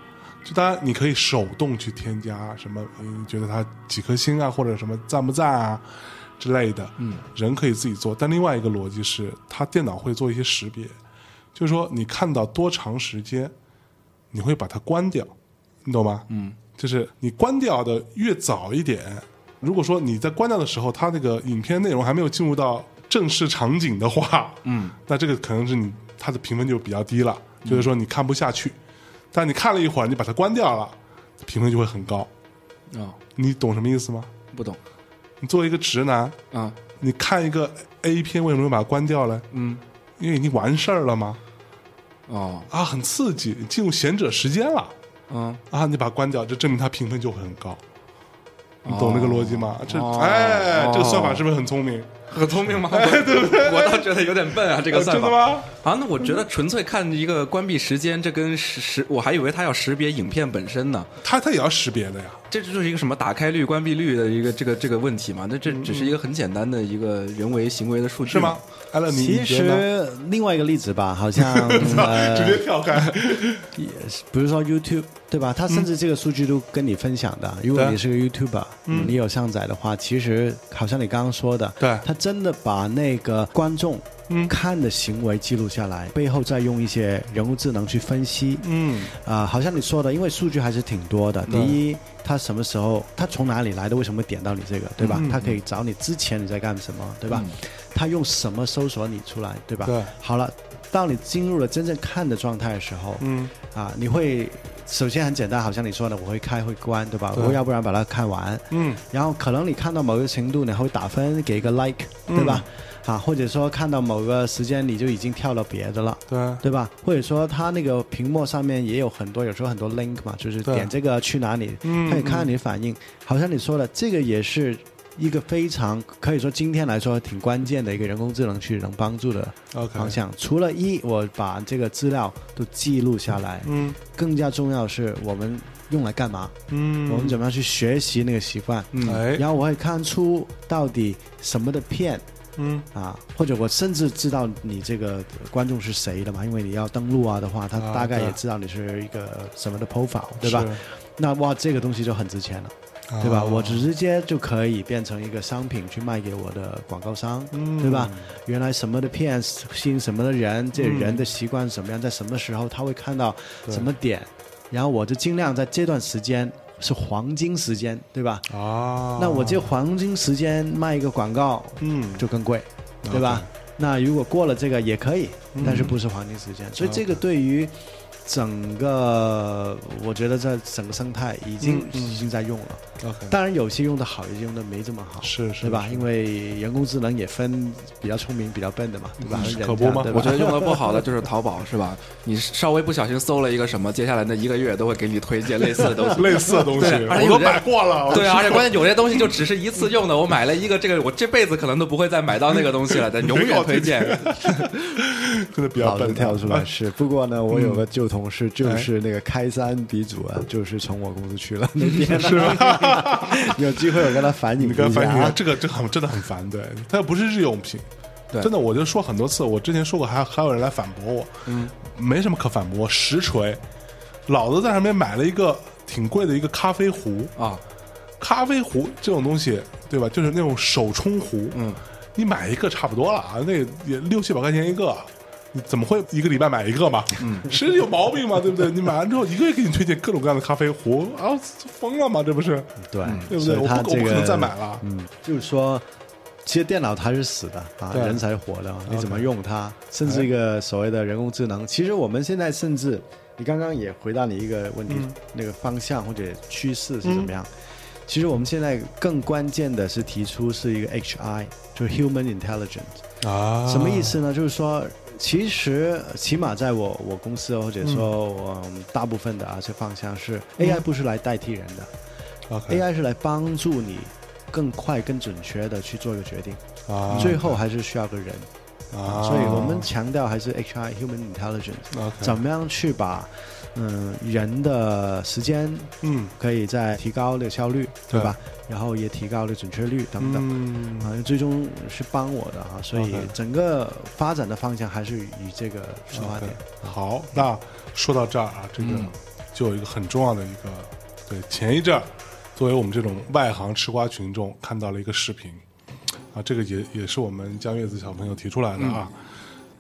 就当然你可以手动去添加什么，你觉得它几颗星啊，或者什么赞不赞啊之类的，嗯，人可以自己做。但另外一个逻辑是，它电脑会做一些识别，就是说你看到多长时间，你会把它关掉，你懂吗？嗯，就是你关掉的越早一点，如果说你在关掉的时候，它那个影片内容还没有进入到正式场景的话，嗯，那这个可能是你它的评分就比较低了，就是说你看不下去。但你看了一会儿，你把它关掉了，评分就会很高。哦，你懂什么意思吗？不懂你作为一个直男，啊，你看一个 A 片，为什么会把它关掉呢？嗯，因为已经完事儿了吗？哦，啊，很刺激，进入贤者时间了嗯，啊！你把它关掉，这证明它评分就会很高。你懂那个逻辑吗？这哦哎，这个算法哦是不是很聪明？很聪明吗？对不 对？我倒觉得有点笨啊，这个呃算真法的。吗？啊，那我觉得纯粹看一个关闭时间，这跟识识，我还以为它要识别影片本身呢。它它也要识别的呀。这就是一个什么打开率、关闭率的一个这个这个问题嘛？那这只是一个很简单的一个人为行为的数据是嘛吗？？艾乐，你其你觉得呢？实另外一个例子 吧，好像直呃，接跳开， 也是比如说 YouTube 对吧？它甚至这个数据都跟你分享的。如果嗯对啊嗯你是个 YouTuber，你有上载的话，其实好像你刚刚说的，对它真的把那个观众嗯看的行为记录下来，背后再用一些人工智能去分析。嗯，啊、好像你说的，因为数据还是挺多的。第对一，它什么时候，它从哪里来的，为什么点到你这个，对吧？嗯它可以找你之前你在干什么，对吧？它用什么搜索你出来，对吧？对好了，当你进入了真正看的状态的时候，嗯，啊，你会首先很简单，好像你说的，我会开会关，对吧？对我要不然把它看完，嗯，然后可能你看到某个程度，你还会打分，给一个 like，对吧？嗯啊，或者说看到某个时间，你就已经跳到别的了。对，对吧？或者说它那个屏幕上面也有很多，有时候很多 link 嘛，就是对点这个去哪里，嗯它也看你的反应。好像你说的，这个也是一个非常可以说今天来说挺关键的一个人工智能去能帮助的 OK，方向。除了一，我把这个资料都记录下来，嗯更加重要的是我们用来干嘛？嗯，我们怎么样去学习那个习惯？嗯哎，然后我会看出到底什么的片嗯啊，或者我甚至知道你这个观众是谁的嘛，因为你要登录啊的话，他啊大概对也知道你是一个什么的 profile，对吧？是？那哇，这个东西就很值钱了，对吧？啊我直接就可以变成一个商品去卖给我的广告商，嗯对吧？原来什么的片吸引什么的人，这人的习惯什么样，在什么时候他会看到什么点，然后我就尽量在这段时间是黄金时间，对吧？啊，那我这黄金时间卖一个广告，嗯就更贵，啊对吧？那如果过了这个也可以，嗯但是不是黄金时间，所以这个对于整个我觉得在整个生态已经嗯嗯已经在用了。 OK，当然有些用的好，有些用的没这么好，是是对吧？因为人工智能也分比较聪明、比较笨的嘛，对吧？嗯人可不吗 对吧我觉得用的不好的就是淘宝，是吧？你稍微不小心搜了一个什么，接下来那一个月都会给你推荐类似的东西。类似的东西对而且我都有人买过了，我对啊，而且关键有些东西就只是一次用的，我买了一个这个，我这辈子可能都不会再买到那个东西了， 但永远推荐。真的比较老笨能的 跳出来哎是，不过呢，我有个旧同事，嗯就是那个开山鼻祖啊，就是从我公司去了那 边，是吧？ 有机会我跟他反映你跟一翻译下这个这个很真的很烦，对，它又不是日用品。对真的，我就说很多次，我之前说过，还还有人来反驳我，嗯，没什么可反驳，实锤，老子在上面买了一个挺贵的一个咖啡壶， 啊，咖啡壶这种东西，对吧？就是那种手冲壶，嗯，你买一个差不多了啊，那也六七百块钱一个，你怎么会一个礼拜买一个嘛？嗯，是有毛病嘛，对不对？你买完之后，一个月给你推荐各种各样的咖啡壶，啊，疯了嘛，这不是？嗯对对不嗯对？所以我不他我这不可能个再买了，嗯，就是说，其实电脑它是死的啊，对哎人才活的，你怎么用它？甚至一个所谓的人工智能，其实我嗯们现在甚至，你刚刚也回答你一个问题，那个方向或者趋势是怎么嗯样？其实我们现在更关键的是提出是一个 HI，就是 Human Intelligence。啊什么意？思呢？就是说，其实起码在我我公司啊或者说我嗯大部分的啊这方向是嗯 AI 不是来代替人的、 OK a i 是来帮助你更快、更准确的去做一个决定，啊，最后还是需要个人。啊，嗯所以我们强调还是 HR Human Intelligence， OK 怎么样去把嗯、人的时间嗯可以再提高的效率，对对吧？然后也提高了准确率等等。嗯啊，最终是帮我的哈、所以 OK 整个发展的方向还是以这个出发点。好，那说到这儿啊，这个嗯就有一个很重要的一个，对，前一阵儿，作为我们这种外行吃瓜群众，看到了一个视频，啊，这个也也是我们江月子小朋友提出来的嗯啊，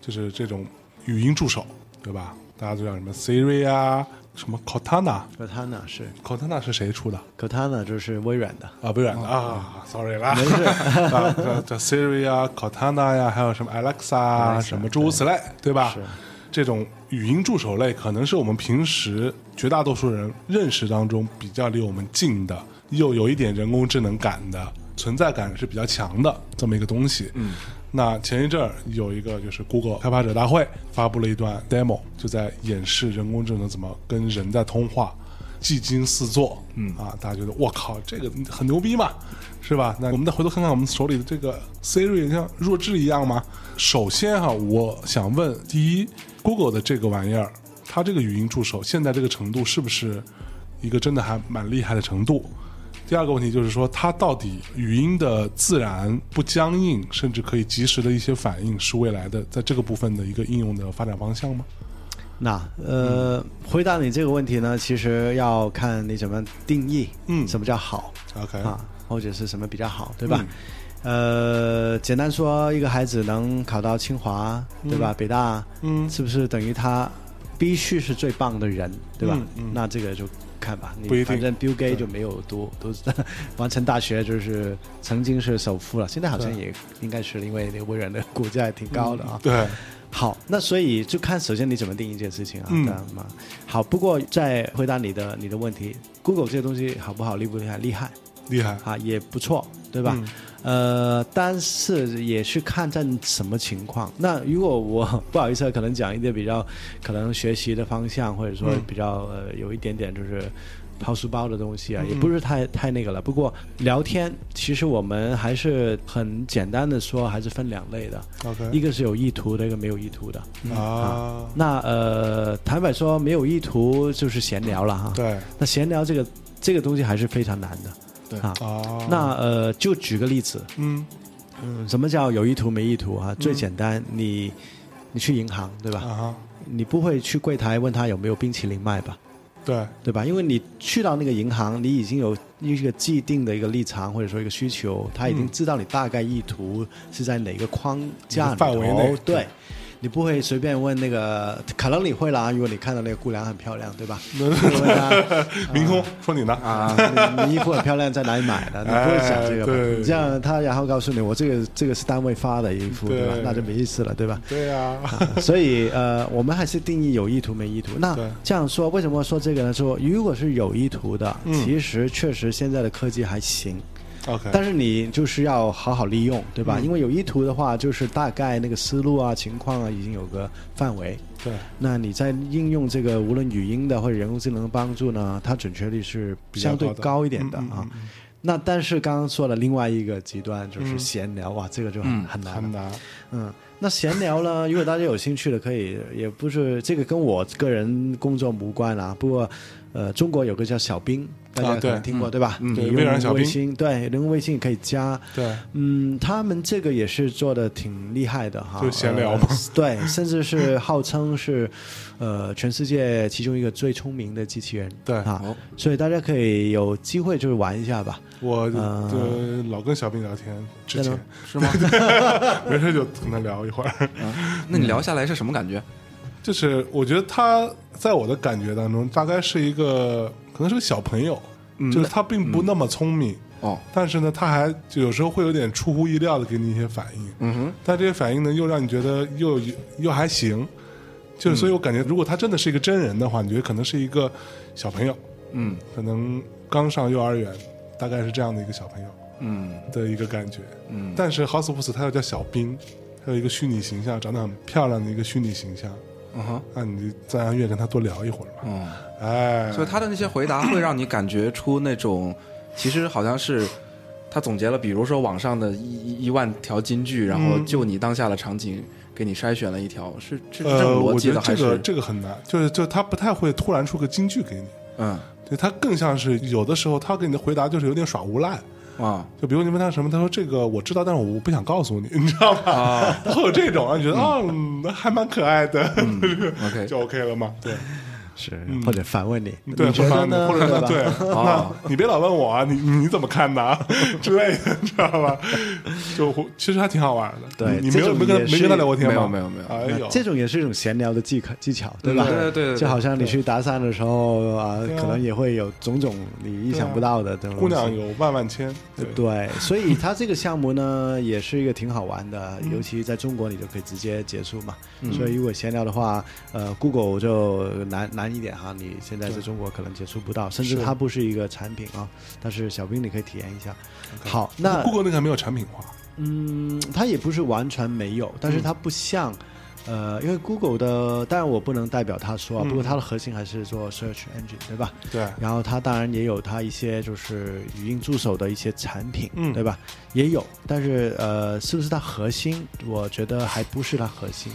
就是这种语音助手，对吧？大家都叫什么 Siri 啊，什么 Cortana，Cortana Cortana 是是谁出的？ Cortana 就是微软的，啊，微软的啊，sorry 啦，没事啊，叫叫 Siri 啊，Cortana 呀，还有什么 Alexa 啊， Alexa，什么诸如此类，对吧是？这种语音助手类，可能是我们平时绝大多数人认识当中比较离我们近的，又有一点人工智能感的存在感是比较强的这么一个东西。嗯，那前一阵儿有一个就是 Google 开发者大会发布了一段 demo，就在演示人工智能怎么跟人在通话。技惊四座，嗯啊，大家觉得我靠，这个很牛逼嘛，是吧？那我们再回头看看我们手里的这个 Siri 像弱智一样吗？首先哈、我想问，第一，Google 的这个玩意儿，它这个语音助手现在这个程度是不是一个真的还蛮厉害的程度？第二个问题就是说，它到底语音的自然不僵硬，甚至可以及时的一些反应，是未来的在这个部分的一个应用的发展方向吗？那呃，回答你这个问题呢，其实要看你怎么定义，嗯哎什么叫好 OK 啊，或者是什么比较好，对吧？嗯呃，简单说，一个孩子能考到清华，对吧？北大，嗯是不是等于他必须是最棒的人，对吧？那这个就看吧，你嗯不一定反正 Bill Gates 就没有读读 完成大学，就是曾经是首富了，现在好像对也应该是因为那个微软的股价也挺高的啊。对，好，那所以就看首先你怎么定义这件事情啊，嗯对吗？好，不过再回答你的你的问题，Google 这些东西好不好，厉不厉害？厉害厉害，啊，也不错，嗯对吧？呃，但是也是看在什么情况。那如果我不好意思啊，可能讲一点比较可能学习的方向，或者说比较、呃有一点点就是抛书包的东西啊，也不是太太那个了。不过聊天，其实我们还是很简单的说，还是分两类的。 OK 一个是有意图的，一个没有意图的。啊，那呃，坦白说，没有意图就是闲聊了哈。。对那闲聊这个这个东西还是非常难的。对啊。啊，那呃，就举个例子，嗯嗯，什么叫有意图没意图啊？最简单，你你去银行对吧？啊哈，你不会去柜台问他有没有冰淇淋卖吧？对，对吧？因为你去到那个银行，你已经有一个既定的一个立场或者说一个需求，他已经知道你大概意图是在哪个框架里头范围内对，你不会随便问那个，可能你会啦，如果你看到那个姑娘很漂亮，对吧？你会问她 明空说你呢？啊，你你衣服很漂亮，在哪里买的？你不会讲这个吧？哎对你这样他然后告诉你，我这个这个是单位发的衣服，对吧对？那就没意思了，对吧？对 啊，啊所以呃，我们还是定义有意图没意图。那对这样说，为什么说这个呢？说如果是有意图的，其实确实现在的科技还行。 OK，但是你就是要好好利用，对吧？因为有意图的话，就是大概那个思路啊、情况啊，已经有个范围。对，那你在应用这个无论语音的或者人工智能的帮助呢，它准确率是比较相高的对高一点的啊。那但是刚刚说了另外一个极端就是闲聊，哇，这个就很、嗯很难了很难，嗯，那闲聊呢？如果大家有兴趣的，可以，也不是这个跟我个人工作无关啊。不过，呃，中国有个叫小兵，大啊家对可能听过、对吧？嗯你对用微软小微兵信，对，人工微信可以加。对，嗯，他们这个也是做的挺厉害的哈，就闲聊嘛呃对，甚至是号称是，呃，全世界其中一个最聪明的机器人，对啊哦，所以大家可以有机会就是玩一下吧。我呃呃老跟小兵聊天，之真 前的是吗？ 没事就跟他聊一会儿。那嗯你聊下来是什么感觉？就是我觉得他在我的感觉当中，大概是一个可能是个小朋友，就是他并不那么聪明，哦，但是呢，他还就有时候会有点出乎意料的给你一些反应，嗯哼，但这些反应呢又让你觉得又又还行，嗯就是所以我感觉，如果他真的是一个真人的话，你觉得可能是一个小朋友，嗯可能刚上幼儿园，大概是这样的一个小朋友嗯的一个感觉。嗯，但是好死不死，他又叫小兵，他有一个虚拟形象，长得很漂亮的一个虚拟形象。嗯哼，那你就自然愿意跟他多聊一会儿嘛。哦。哎，所以他的那些回答会让你感觉出那种，其实好像是他总结了，比如说网上的一一一万条金句，然嗯后就你当下的场景给你筛选了一条，是是这呃，种我逻觉辑得的这还个是这个很难，就是就他不太会突然出个金句给你， 嗯对他更像是有的时候他给你的回答就是有点耍无赖。啊就比如你问他什么，他说这个我知道，但是我不想告诉你，你知道 吧？啊他会有这种，啊，你觉得啊、嗯还蛮可爱的，嗯，OK 就 OK 了嘛？对，是，或者反问你，嗯对，你觉或者得呢？或者对说 吧对，哦那你别老问我啊，你你怎么看的啊 之类的，你知道吧？就其实还挺好玩的。对你你没有这种没跟也没跟是他聊过天没吗？有没有没有哎呦，嗯这种也是一种闲聊的技巧技巧，对吧？对对对对就好像你去搭讪的时候啊，对啊可能也会有种种你意想不到的这种姑东西娘有万万千，对对，所以它这个项目呢，也是一个挺好玩 的，嗯尤其在中国你就可以直接结束嘛。嗯所以如果闲聊的话，呃，Google 就难难一点哈，你现在在中国可能接触不到，甚至嗯是它不是一个产品啊。但是小兵你可以体验一下。好，那 Google 那个还没有产品化，嗯，它也不是完全没有，但是它不像，呃，因为 Google 的，当然我不能代表它说啊，不过它的核心还是做 search engine，对吧？对然后它当然也有它一些就是语音助手的一些产品，嗯对吧？也有，但是呃，是不是它核心？我觉得还不是它核心。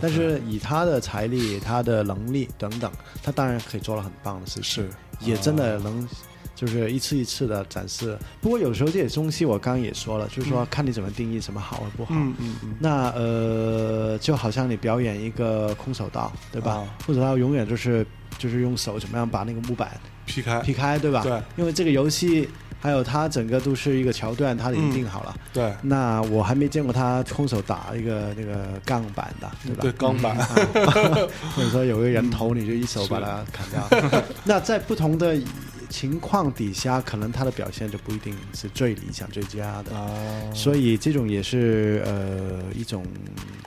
但是以它的财力、它的能力等等，它当然可以做了很棒的事情。是哦也真的能，就是一次一次的展示。不过有时候这些东西，我刚刚也说了，就是说看你怎么定义什么好和不好。嗯嗯嗯，那呃，就好像你表演一个空手道，对吧？啊空手道永远就是就是用手怎么样把那个木板劈开，劈开，对吧？对。因为这个游戏还有它整个都是一个桥段，它已嗯经定好了。对那我还没见过他空手打一个那个杠板的，对吧？对钢板， 或者说有个人头，你就一手把它砍 掉。那在不同的情况底下，可能他的表现就不一定是最理想、最佳的。啊，所以这种也是呃一种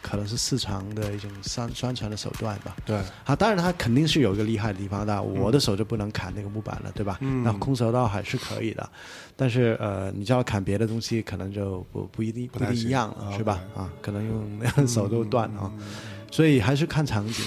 可能是市场的一种宣宣传的手段吧。对啊，当然他肯定是有一个厉害的地方的，我的手就不能砍那个木板了，对吧？嗯那空手道还是可以的，但是呃，你就要砍别的东西，可能就不不一定不不太一定行一样了，是吧？啊，可能用手都断啊，嗯所以还是看场景。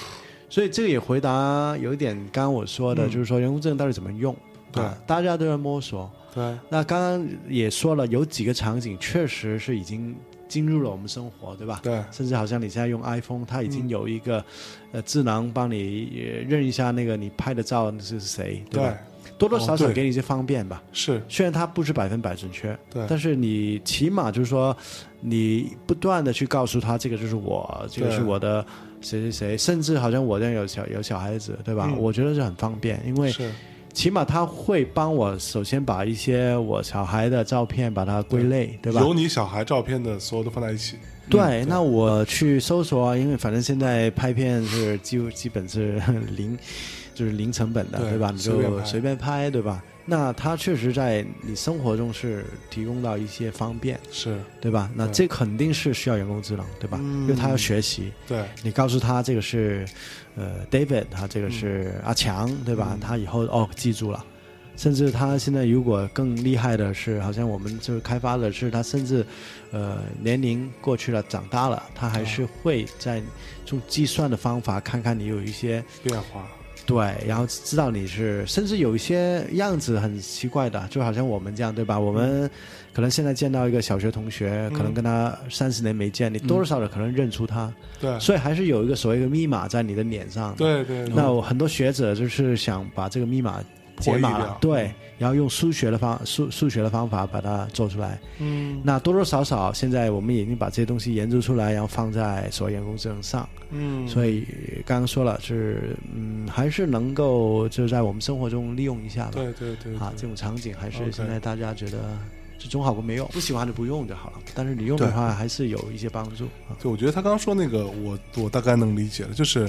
所以这个也回答有一点刚刚我说的，就是说人工智能到底怎么用？嗯对啊，大家都在摸索。对那刚刚也说了，有几个场景确实是已经进入了我们生活，对吧？对嗯甚至好像你现在用 iPhone，它已经有一个、呃智能帮你呃认一下那个你拍的照是谁，对吧？对，多多少哦少对给你一些方便吧。是，虽然它不是百分百准确，对但是你起码就是说，你不断的去告诉他这个就是我，这个对是我的谁谁谁，甚至好像我这样有小有小孩子，对吧？嗯我觉得是很方便，因为是起码他会帮我，首先把一些我小孩的照片把它归类，对吧？有你小孩照片的所有都放在一起，对，那我去搜索啊，因为反正现在拍片是几乎基本是零，就是零成本的，对对吧？你随便就拍随便拍，对吧？那它确实在你生活中是提供到一些方便，是对吧？那对这肯定是需要人工智能，对吧？因为他要学习，对，你告诉他这个是，呃，David，他这个是阿强，对吧？他以后哦记住了，甚至他现在如果更厉害的是，好像我们就是开发的是他甚至，呃，年龄过去了，长大了，他还是会在用计算的方法看看你有一些变化，对，然后知道你是，甚至有一些样子很奇怪的，就好像我们这样，对吧？我们可能现在见到一个小学同嗯学，可能跟他三十年没见，你多多少少可能认出他，对所以还是有一个所谓的密码在你的脸上。，嗯对对，那我很多学者就是想把这个密码解破码译掉了，对，然后用数学的方数数学的方法把它做出来。嗯那多多少少现在我们已经把这些东西研究出来，然后放在所谓人工智能上。嗯，所以刚刚说了，是嗯，还是能够就是在我们生活中利用一下吧。对对对啊，对这种场景还是 OK 现在大家觉得就总好过没用，不喜欢就不用就好了。但是你用的对话，还是有一些帮助啊。对，我觉得他刚刚说那个，我我大概能理解了，就是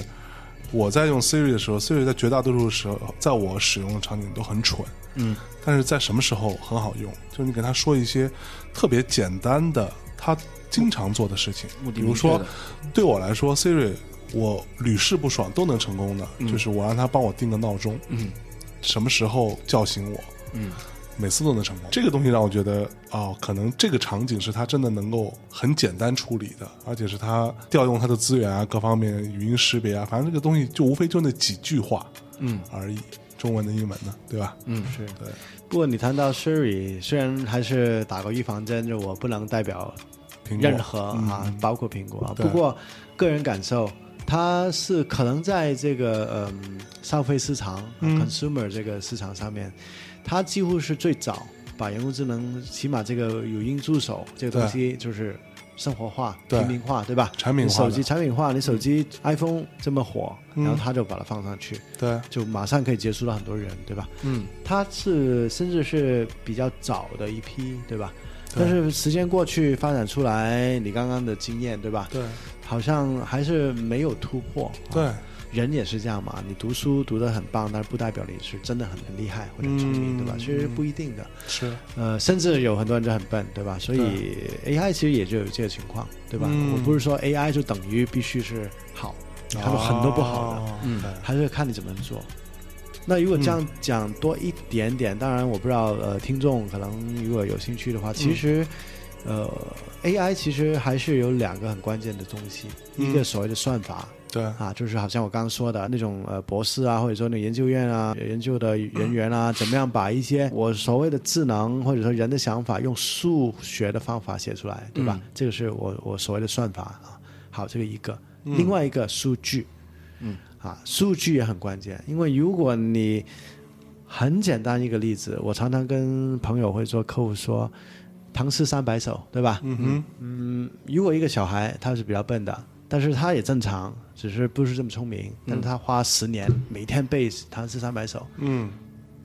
我在用 Siri 的时候，Siri 在绝大多数时候，在我使用的场景都很蠢，嗯，但是在什么时候很好用？就是你给他说一些特别简单的，他经常做的事情，目的比如明确说的对我来说，Siri 我屡试不爽都能成功的，嗯就是我让他帮我定个闹钟，嗯什么时候叫醒我，嗯，每次都能成功。这个东西让我觉得，哦，可能这个场景是他真的能够很简单处理的，而且是他调用他的资源啊，各方面语音识别啊，反正这个东西就无非就那几句话，嗯，而已，中文的、英文的，对吧？嗯，是。对，不过你谈到 Siri，虽然还是打个预防针，就我不能代表苹果嗯任何啊，包括苹果啊。对不过个人感受，它是可能在这个嗯消费市场、啊嗯 consumer 这个市场上面，它几乎是最早把人工智能，起码这个语音助手这个东西就是。生活化、对平民化，对吧？产品化的你手机产品化，你手机 iPhone 这么火，嗯然后它就把它放上去，对，就马上可以接触到很多人，对吧？嗯，它是甚至是比较早的一批，对吧？但是时间过去，发展出来，你刚刚的经验，对吧？对，好像还是没有突破。啊对，人也是这样嘛，你读书读得很棒，但是不代表你是真的很很厉害或者聪明，嗯对吧？其实不一定的。是，呃，甚至有很多人就很笨，对吧？所以 AI 其实也就有这个情况，对吧？嗯我不是说 AI 就等于必须是好，它有很多不好的。哦嗯对还是看你怎么做。那如果这样讲多一点点，当然我不知道，呃，听众可能如果有兴趣的话，其实，呃，AI 其实还是有两个很关键的东西，嗯一个所谓的算法对，啊，就是好像我刚刚说的那种呃博士啊，或者说那研究院啊、研究的人员啊，怎么样把一些我所谓的智能或者说人的想法用数学的方法写出来，对吧？这个是我我所谓的算法啊。好，这个一个，另外一个数据。啊，数据也很关键，因为如果你很简单一个例子，我常常跟朋友会说，客户说《唐诗三百首》，对吧？嗯哼，嗯，如果一个小孩他是比较笨的，但是他也正常，只是不是这么聪明，但是他花十年每天背《唐诗三百首》，嗯，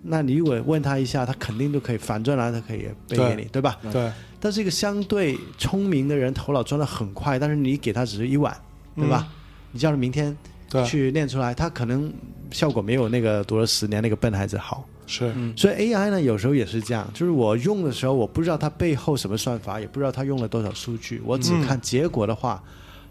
那你如果问他一下，他肯定就可以反转来，他可以背给你，对吧？嗯对，但是一个相对聪明的人，头脑转得很快，但是你给他只是一晚，对吧？你叫他明天对去练出来，他可能效果没有那个读了十年那个笨孩子好。是，所以 AI 呢，有时候也是这样，就是我用的时候，我不知道它背后什么算法，也不知道它用了多少数据，我只嗯看结果的话，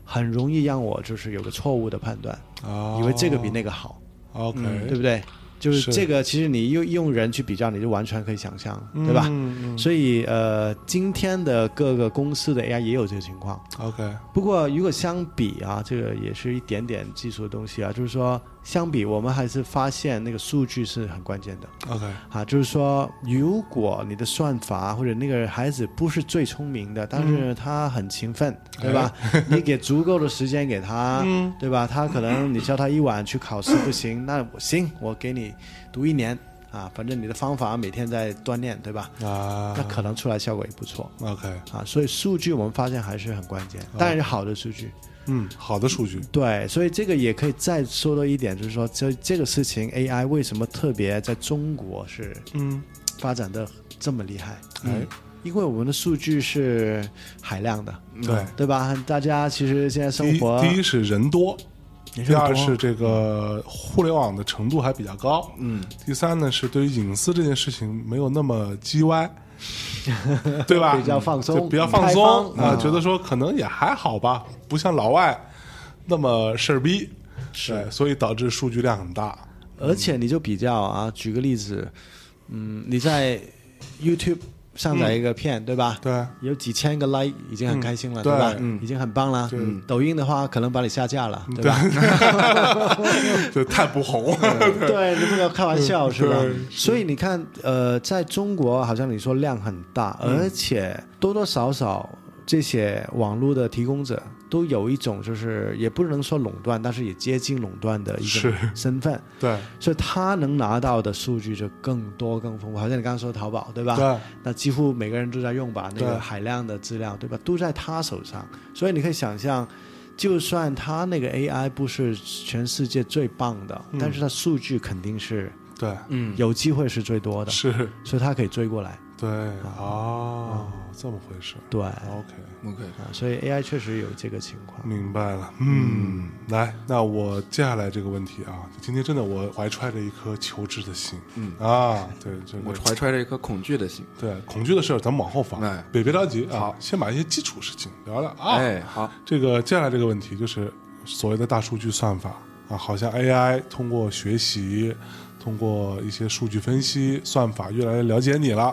很容易让我就是有个错误的判断，哦以为这个比那个好， OK，对不对？就是哦是这个，其实你用用人去比较，你就完全可以想象了，对吧？嗯所以呃，今天的各个公司的 AI 也有这个情况。 ，OK，不过如果相比啊，这个也是一点点技术的东西啊，就是说相比我们还是发现那个数据是很关键的 OK，啊，就是说如果你的算法或者那个孩子不是最聪明的，但是他很勤奋，对吧？你给足够的时间给他，对吧？他可能你叫他一晚去考试不行，那我行，我给你读一年啊，反正你的方法每天在锻炼，对吧？啊那可能出来效果也不错，OK，啊。所以数据我们发现还是很关键，当然是好的数据。嗯，好的数据，对，所以这个也可以再说到一点，就是说这这个事情 AI 为什么特别在中国是嗯，发展的这么厉害？哎，因为我们的数据是海量的，对，对吧？大家其实现在第生一活啊第一是人多，人第二多是这个互联网的程度还比较高，嗯，第三呢是对于隐私这件事情没有那么叽歪， 对吧？比较放松就比较放松开放啊，嗯觉得说可能也还好吧，不像老外那么事儿逼，是，所以导致数据量很大，而且你就比较啊，举个例子，嗯，你在 YouTube 上载一个片，对吧？嗯对有几千个 like 已经很开心了，对吧？嗯已经很棒了。抖音的话，可能把你下架了，对吧？就太不红，对，你不能开玩笑是吧对？所以你看，呃，在中国好像你说量很大，而且多多少少这些网络的提供者都有一种就是也不能说垄断，但是也接近垄断的一种是身份，对所以他能拿到的数据就更多更丰富。好像你刚刚说淘宝对吧？对那几乎每个人都在用吧，那对个海量的资料，对吧？都在他手上，所以你可以想象，就算他那个 AI 不是全世界最棒的，但是他数据肯定是对，嗯，有机会是最多的，是，所以他可以追过来。对，哦，这么回事对，啊， ，OK。 OK，所以 AI 确实有这个情况。明白了，嗯，来，那我接下来这个问题啊，今天真的我怀揣着一颗求知的心，嗯啊，对，这个我怀揣着一颗恐惧的心。对恐惧的事儿，咱们往后放哎，别别着急啊好，先把一些基础事情聊聊啊。哎，好，这个接下来这个问题就是所谓的大数据算法啊，好像 AI 通过学习，通过一些数据分析，算法越来越了解你了。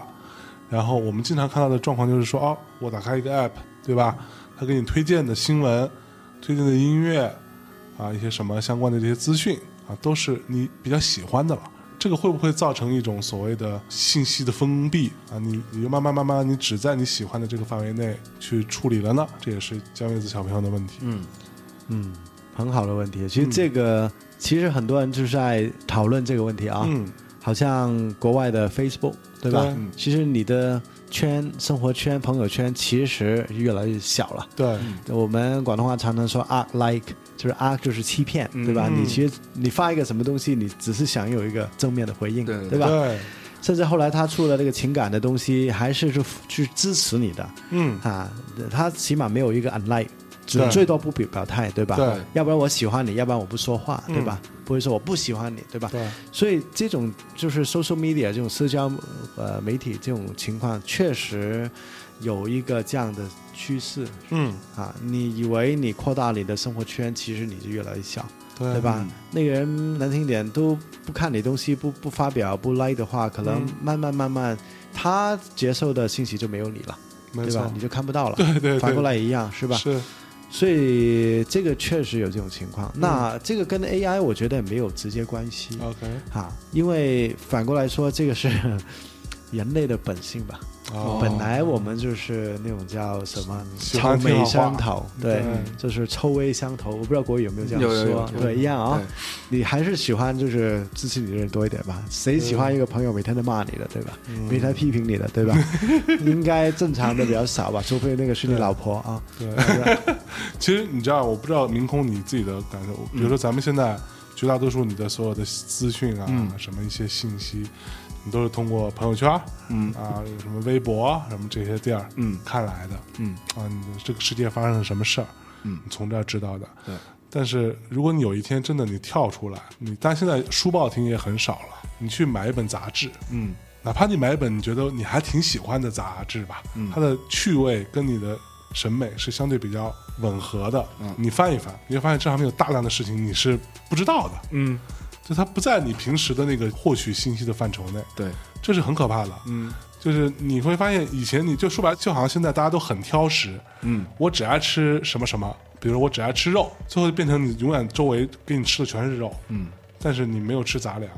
然后我们经常看到的状况就是说，哦，我打开一个 app，对吧？它给你推荐的新闻、推荐的音乐啊，一些什么相关的这些资讯啊，都是你比较喜欢的了。这个会不会造成一种所谓的信息的封闭啊？你你就慢慢慢慢，你只在你喜欢的这个范围内去处理了呢？这也是江月子小朋友的问题。嗯嗯，很好的问题。嗯其实这个、其实很多人就是在讨论这个问题啊。嗯，好像国外的 Facebook 对吧？对嗯其实你的圈、生活圈、朋友圈其实越来越小了。对，我们广东话常常说 “art like”，就是 “art” 就是欺骗，嗯对吧？嗯你其实你发一个什么东西，你只是想有一个正面的回应，对对嗯吧？对，甚至后来他出了那个情感的东西，还是去去支持你的嗯，啊，他起码没有一个 “unlike”，只对最多不表表态，对吧？对要不然我喜欢你，要不然我不说话，嗯对吧？不会说我不喜欢你，对吧？对，所以这种就是 social media 这种社交呃媒体这种情况，确实有一个这样的趋势嗯，啊。你以为你扩大你的生活圈，其实你就越来越小，对，对？吧？那个人难听点都不看你东西，不不发表不 like 的话，可能嗯慢慢慢慢，他接受的信息就没有你了，没对吧错？你，就看不到了。对对对，反过来一样是吧？是，所以这个确实有这种情嗯况。那这个跟 AI 我觉得没有直接关系。 OK，啊，因为反过来说，这个是 人类的本性吧。哦本来我们就是那种叫什么喜臭欢听好味话相投，对对，就是臭味相投。我不知道国语有没有这样有有有说，对，一样啊对。你还是喜欢就是支持你的人多一点吧。谁喜欢一个朋友每天都骂你的，对吧？嗯每天批评你的， 对吧？应该正常的比较少吧，除非那个是你老婆啊。对， 其实你知道，我不知道明空你自己的感受，嗯比如说咱们现在绝大多数你的所有的资讯啊，嗯什么一些信息，你都是通过朋友圈，嗯啊，有什么微博什么这些地儿，嗯看来的，嗯啊，你的这个世界发生了什么事儿，嗯你从这儿知道的。对，但是如果你有一天真的你跳出来，你但现在书报亭也很少了，你去买一本杂志，嗯哪怕你买一本你觉得你还挺喜欢的杂志吧，嗯它的趣味跟你的审美是相对比较吻合的，嗯你翻一翻，你会发现这上面有大量的事情你是不知道的，嗯，就它不在你平时的那个获取信息的范畴内，对，这是很可怕的。嗯就是你会发现，以前你就说白了，就好像现在大家都很挑食，嗯，我只爱吃什么什么，比如说我只爱吃肉，最后就变成你永远周围给你吃的全是肉，嗯，但是你没有吃杂粮，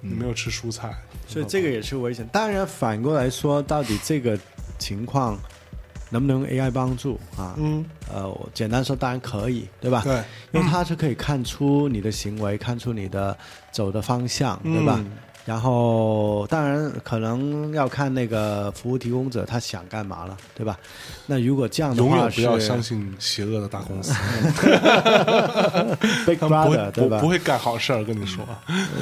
你没有吃蔬菜，所以这个也是危险。当然，反过来说，到底这个情况能不能 AI 帮助啊？嗯，呃，我简单说，当然可以，对吧？对，嗯因为它是可以看出你的行为，看出你的走的方向，对吧？然后当然可能要看那个服务提供者他想干嘛了，对吧？那如果这样的永话远是不要相信邪恶的大公 司， Big 他们不 Brother 会对不吧？不会干好事儿，跟你说。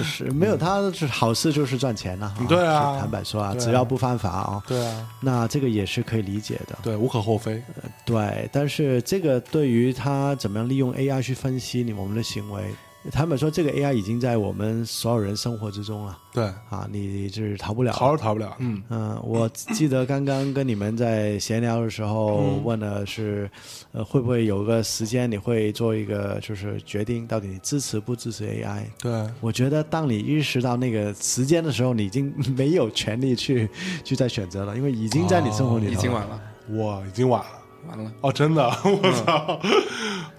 是没有他是好事就是赚钱了、对啊是坦白说啊，对啊只要不犯法啊，对啊，那这个也是可以理解的。对，无可厚非。对，但是这个对于他怎么样利用 AI 去分析你我们的行为，他们说这个 AI 已经在我们所有人生活之中了对，啊，你就是逃不了。逃是逃不了。嗯，嗯，我记得刚刚跟你们在闲聊的时候问的是，呃，会不会有个时间你会做一个就是决定到底你支持不支持 AI？对，我觉得当你意识到那个时间的时候，你已经 没有权利去去再选择了，因为已经在你生活里头、哦已经晚。了，哇，已经晚了。完了。哦，真的， 我操！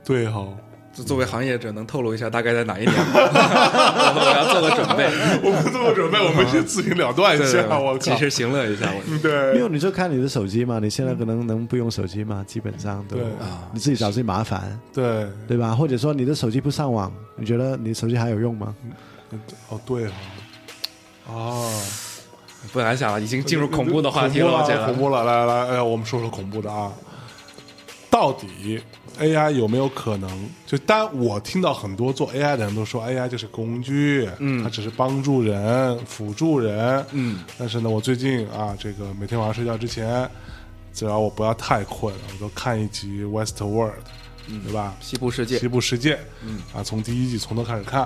对哦，作作为行业者，能透露一下大概在哪一年吗？我要做个准备。我们做个准备，我们先自行了断一对对下。对我靠及，时行乐一下，我没对有，你就看你的手机嘛，你现在可能能不用手机嘛，基本上都对你自己找自己麻烦，对，对吧？或者说你的手机不上网，你觉得你手机还有用吗？哦对哦，哦，不敢想了，已经进入恐怖的话题了，我觉得恐怖恐。怖了，来来来，哎，我们说说恐怖的啊。到底 AI 有没有可能？就当我听到很多做 AI 的人都说 AI 就是工具，嗯，它只是帮助人、辅助人，嗯。但是呢，我最近啊，这个每天晚上睡觉之前，只要我不要太困，我都看一集《West World》，对吧？嗯西部世界西，部世界，嗯啊，从第一季从头开始看，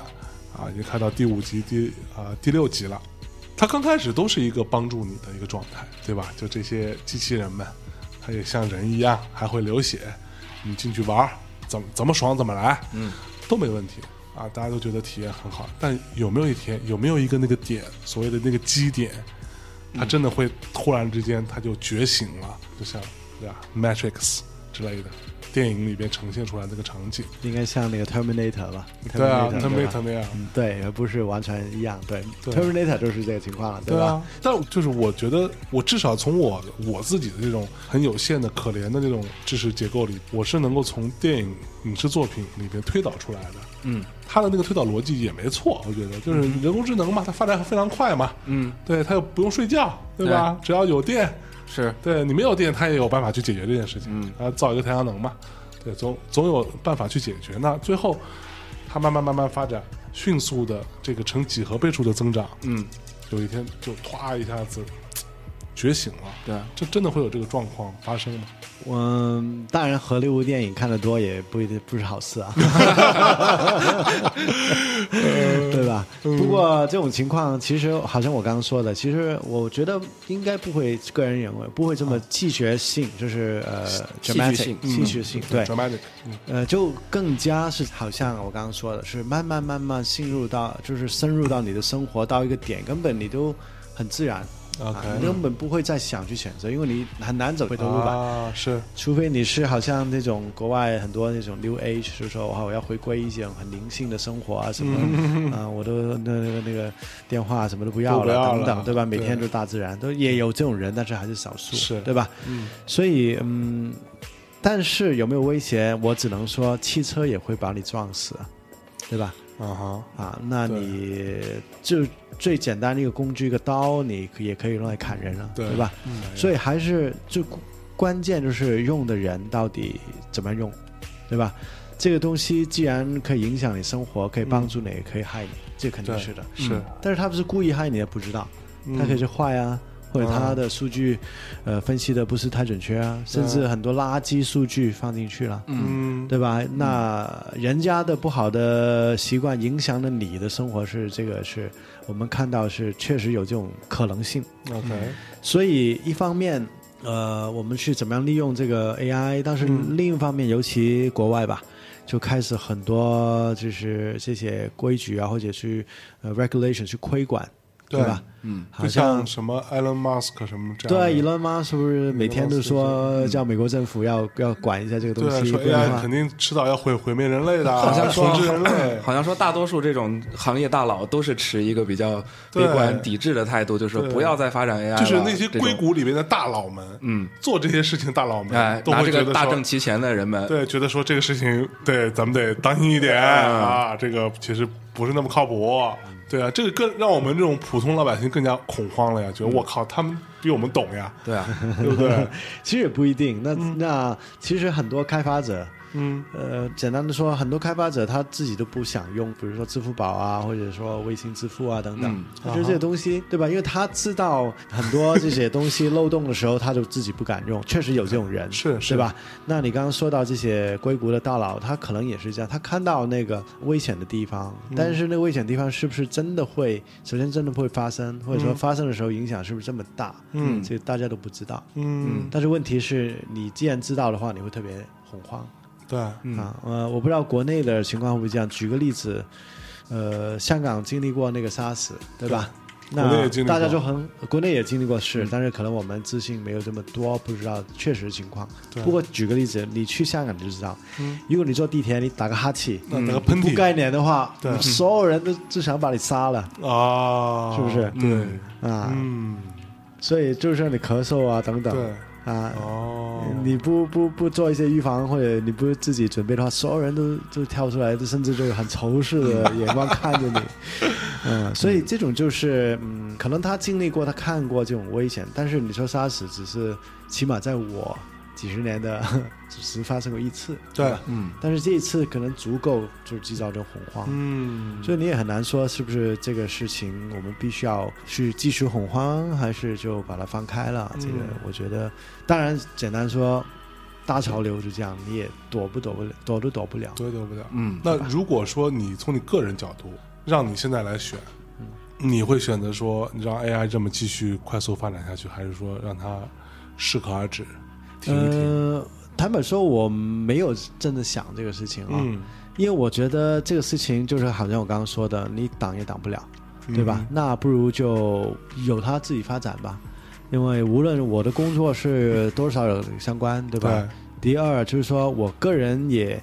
啊，已经看到第五集、第啊、第六集了。它刚开始都是一个帮助你的一个状态，对吧？就这些机器人们，它也像人一样，还会流血，你进去玩儿，怎么怎么爽怎么来，嗯，都没问题啊，大家都觉得体验很好。但有没有一天，有没有一个那个点，所谓的那个基点，它真的会突然之间它就觉醒了，就像对吧《Matrix》之类的电影里边呈现出来那个场景。应该像那个 Terminator 吧？对啊 Terminator 他吧没他那样，嗯对，而不是完全一样。对对 t e r m i n a t o r 就是这个情况了，对吧啊？。但就是我觉得，我至少从我我自己的这种很有限的、可怜的这种知识结构里，我是能够从电影影视作品里边推导出来的。嗯，他的那个推导逻辑也没错，我觉得就是人工智能嘛，它发展非常快嘛。嗯，对，它又不用睡觉，对吧？只要有电，是 对你没有电，它也有办法去解决这件事情。嗯，啊，造一个太阳能嘛，对，总总有办法去解决。那最后，它慢慢慢慢发展，迅速的这个呈几何倍数的增长。嗯，有一天就唰一下子觉醒了。对，这真的会有这个状况发生吗？嗯，当然，荷里活电影看得多也不一定不是好 事啊， 对吧？嗯不过这种情况，其实好像我刚刚说的，其实我觉得应该不会，个人认为不会这啊么戏谑性，就是呃，戏 dramatic，剧性戏剧性，对， ，dramatic，嗯呃，就更加是好像我刚刚说的，是慢慢慢慢进入到，就是深入到你的生活到一个点，根本你都很自然 OK 啊你根本不会再想去选择，因为你很难走回头路吧。啊，是除非你是好像那种国外很多那种 New Age，就是说哇，我要回归一些很灵性的生活啊什么啊、我都那那那个电话什么都不嗯要都不了要等了等，对吧？每对天都大自然，都也有这种人，但是还是少数，是对吧？嗯，所以嗯，但是有没有威胁？我只能说汽车也会把你撞死，对吧？啊哈，啊，那对你就最简单的一个工具，一个刀，你可也可以用来砍人了，啊对吧？嗯所以还是最关关键就是用的人到底怎么样用，对吧？这个东西既然可以影响你生活，可以帮助你，也可以害你，这肯定嗯对是的。是嗯但是他不是故意害你的，不知道，嗯他可以是坏啊，或者他的数据，呃，分析的不是太准确啊，甚至很多垃圾数据放进去了。嗯，对吧？那人家的不好的习惯影响了你的生活是，这个是我们看到是确实有这种可能性。嗯，OK，所以一方面，呃，我们去怎么样利用这个 AI，但是嗯另一方面，尤其国外吧，就开始很多就是这些规矩啊，或者去呃 regulation 去规管，对吧？嗯，好就像像什么 Elon Musk 什么这样的，对伊伦马是不是每天都说叫美国政府要要管一下这个东对，啊西？说哎不然的 AI 话肯定迟早要毁毁灭人类的啊，好像说统治人类，好像说大多数这种行业大佬都是持一个比较对悲观抵制的态度，就是说对不要再发展 AI 了。就是那些这种硅谷里面的大佬们，嗯，做这些事情的大佬哎们，，都拿会这觉个得大说挣其钱的人们，对，觉得说这个事情，对，咱们得当心一点嗯啊，这个其实不是那么靠谱。对啊，这个更让我们这种普通老百姓更加恐慌了呀，嗯觉得我靠，他们比我们懂呀，对啊，对不对？其实也不一定。那、那其实很多开发者，嗯，呃，简单的说，很多开发者他自己都不想用，比如说支付宝啊，或者说微信支付啊等嗯等。他觉得这些东西，对吧？因为他知道很多这些东西漏洞的时候，他就自己不 敢用。确实有这种人，是是对吧？那你刚刚说到这些硅谷的大佬，他可能也是这样，他看到那个危险的地方，嗯但是那个危险地方是不是真的会，首先真的会发生，或者说发生的时候影响是不是这么大？嗯这大家都不知道。嗯，但是问题是你既然知道的话，你会特别恐慌、对，嗯啊。呃，我不知道国内的情况会不会这样。举个例子，呃，香港经历过那个 SARS，对吧？国内也那经历过嗯大家就很，国内也经历过事，但是可能我们资讯没有这么多，不知道确实情况。对嗯不过举个例子，你去香港你就知道，如果你坐地铁你打个哈欠、那那个你喷不嚏概念的话对， 所有人都就想把你杀了啊，是不是对，啊！嗯，所以就算你咳嗽啊等等对，嗯啊，哦，你不不不做一些预防，或者你不自己准备的话，所有人都都跳出来，甚至就是很仇视的眼光看着你。嗯，所以这种就是，嗯，可能他经历过，他看过这种危险，但是你说杀死，只是起码在我几十年的 只是发生过一次，对，嗯，但是这一次可能足够就制造这种恐慌。嗯，所以你也很难说是不是这个事情，我们必须要去继续恐慌，还是就把它放开了？这个嗯我觉得，当然简单说，大潮流就这样，你也躲不躲不了，躲都躲不了。躲也躲不了。嗯那如果说你从你个人角度，让你现在来选，嗯你会选择说你让 AI 这么继续快速发展下去，还是说让它适可而止，停一停？呃，坦白说，我没有真的想这个事情啊、嗯，因为我觉得这个事情就是好像我刚刚说的，你挡也挡不了，对嗯吧？那不如就由它自己发展吧。因为无论我的工作是多少有相关，对吧？对，第二就是说我个人也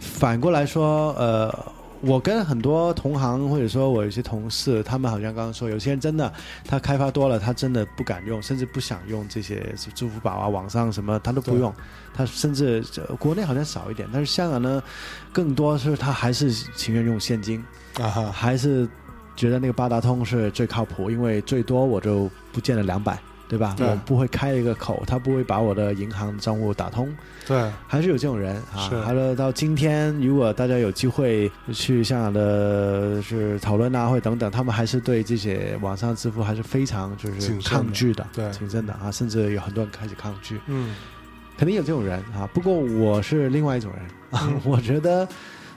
反过来说，呃，我跟很多同行或者说我有些同事，他们好像刚刚说，有些人真的他开发多了，他真的不敢用，甚至不想用这些支付宝啊、网上什么，他都不用。他甚至呃国内好像少一点，但是香港呢，更多是他还是情愿用现金，啊哈，还是觉得那个八达通是最靠谱，因为最多我就不见了两百。对吧？对我不会开一个口，他不会把我的银行账户打通，对，还是有这种人啊是。还有到今天，如果大家有机会去香港的是讨论啊，或者等等，他们还是对这些网上支付还是非常就谨是慎的抗拒的，对谨慎的啊，甚至有很多人开始抗拒，嗯，肯定有这种人啊。不过我是另外一种人啊，嗯 我觉得，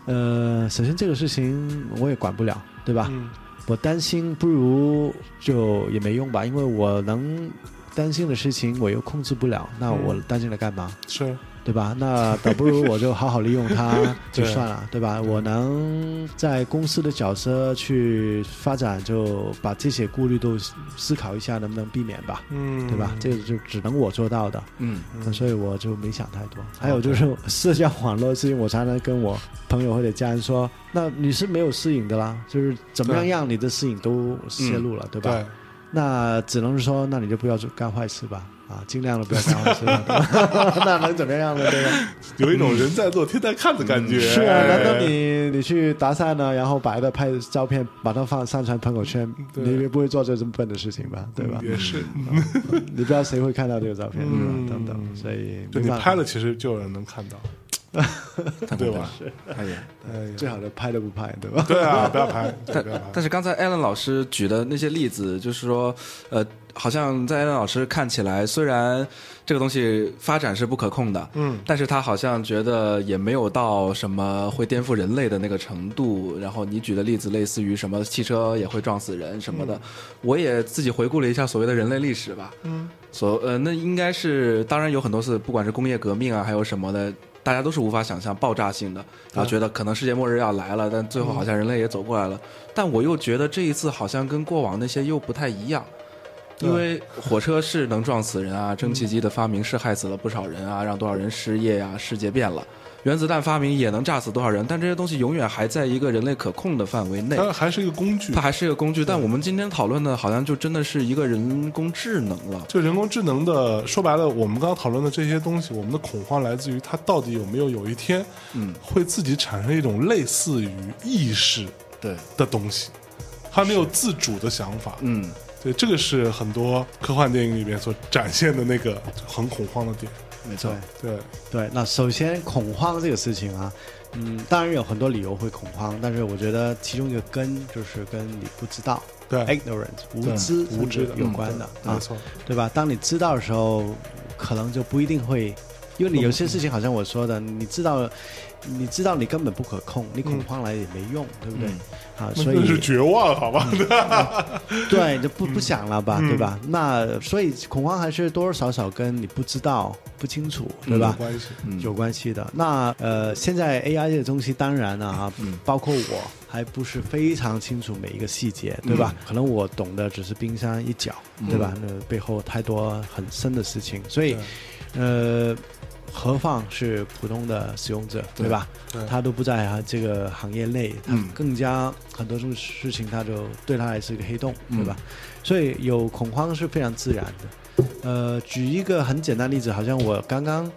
呃，首先这个事情我也管不了，对吧？嗯我担心不如就也没用吧，因为我能担心的事情我又控制不了，那我嗯担心了干嘛？是，对吧？那倒不如我就好好利用 它就算了，对吧？嗯我能在公司的角色去发展，就把这些顾虑都思考一下，能不能避免吧，嗯，对吧？这个就只能我做到的，嗯，那所以我就没想太多。还有就是社交网络的事情，我常常跟我朋友或者家人说，那你是没有适应的啦，就是怎么样对嗯让你的适应都泄露了，对吧？对，那只能是说，那你就不要做干坏事吧，啊，尽量的不要干坏事吧， 对吧那能怎么样呢？对吧？有一种人在做天在看的感觉。是啊，难道你你去搭讪呢，然后把一个拍照片，把它放上传朋友圈，对嗯你也不会做这这么笨的事情吧？对吧？嗯也是， 你不知道谁会看到这个照片，对吧嗯？等等，所以就没你办法拍了，其实就有人能看 到，太恐怖对吧了？哎呀，哎呀，最好的拍都不拍，对吧？对啊，不要拍，对但不要拍，但是刚才艾伦老师举的那些例子，就是说，呃，好像在艾伦老师看起来，虽然这个东西发展是不可控的，嗯，但是他好像觉得也没有到什么会颠覆人类的那个程度。然后你举的例子，类似于什么汽车也会撞死人什么的，我也自己回顾了一下所谓的人类历史吧，嗯，所呃，那应该是当然有很多次，不管是工业革命啊，还有什么的。大家都是无法想象爆炸性的。我觉得可能世界末日要来了，但最后嗯好像人类也走过来了。但我又觉得这一次好像跟过往那些又不太一样。因为火车是能撞死人啊，嗯蒸汽机的发明是害死了不少人啊，让多少人失业呀、世界变了。原子弹发明也能炸死多少人，但这些东西永远还在一个人类可控的范围内。它还是一个工具它，还是一个工具，但我们今天讨论的好像就真的是一个人工智能了。嗯就人工智能的，说白了，我们刚刚讨论的这些东西，我们的恐慌来自于它到底有没有有一天，嗯，会自己产生一种类似于意识对，的东西，它没有自主的想法，嗯，对，这个是很多科幻电影里面所展现的那个很恐慌的点，没对 对，对，那首先恐慌这个事情啊，嗯，当然有很多理由会恐慌，但是我觉得其中一个根就是跟你不知道对，ignorance 无哎对知无知的哎嗯有关的没啊，错，对吧？当你知道的时候，可能就不一定会，因为你有些事情，好像我说的，你知道，你知道你根本不可控，你恐慌来也没用，对不对？啊，嗯那所那是以嗯绝望，好吧？ 对，就不不想了嗯吧，对吧？那所以恐慌还是多多少少跟你不知道、不清楚，对吧有？关系，嗯有关系的。那呃，现在 AI 这个东西，当然了啊，嗯包括我还不是非常清楚每一个细节，对吧？嗯可能我懂的只是冰山一角，对吧？那背后太多很深的事情，所以呃，何况是普通的使用者，对吧？对他都不在他这个行业内，他嗯更加很多种事情，他就对他来是一个黑洞，嗯对吧？所以有恐慌是非常自然的。呃，举一个很简单的例子，好像我刚刚，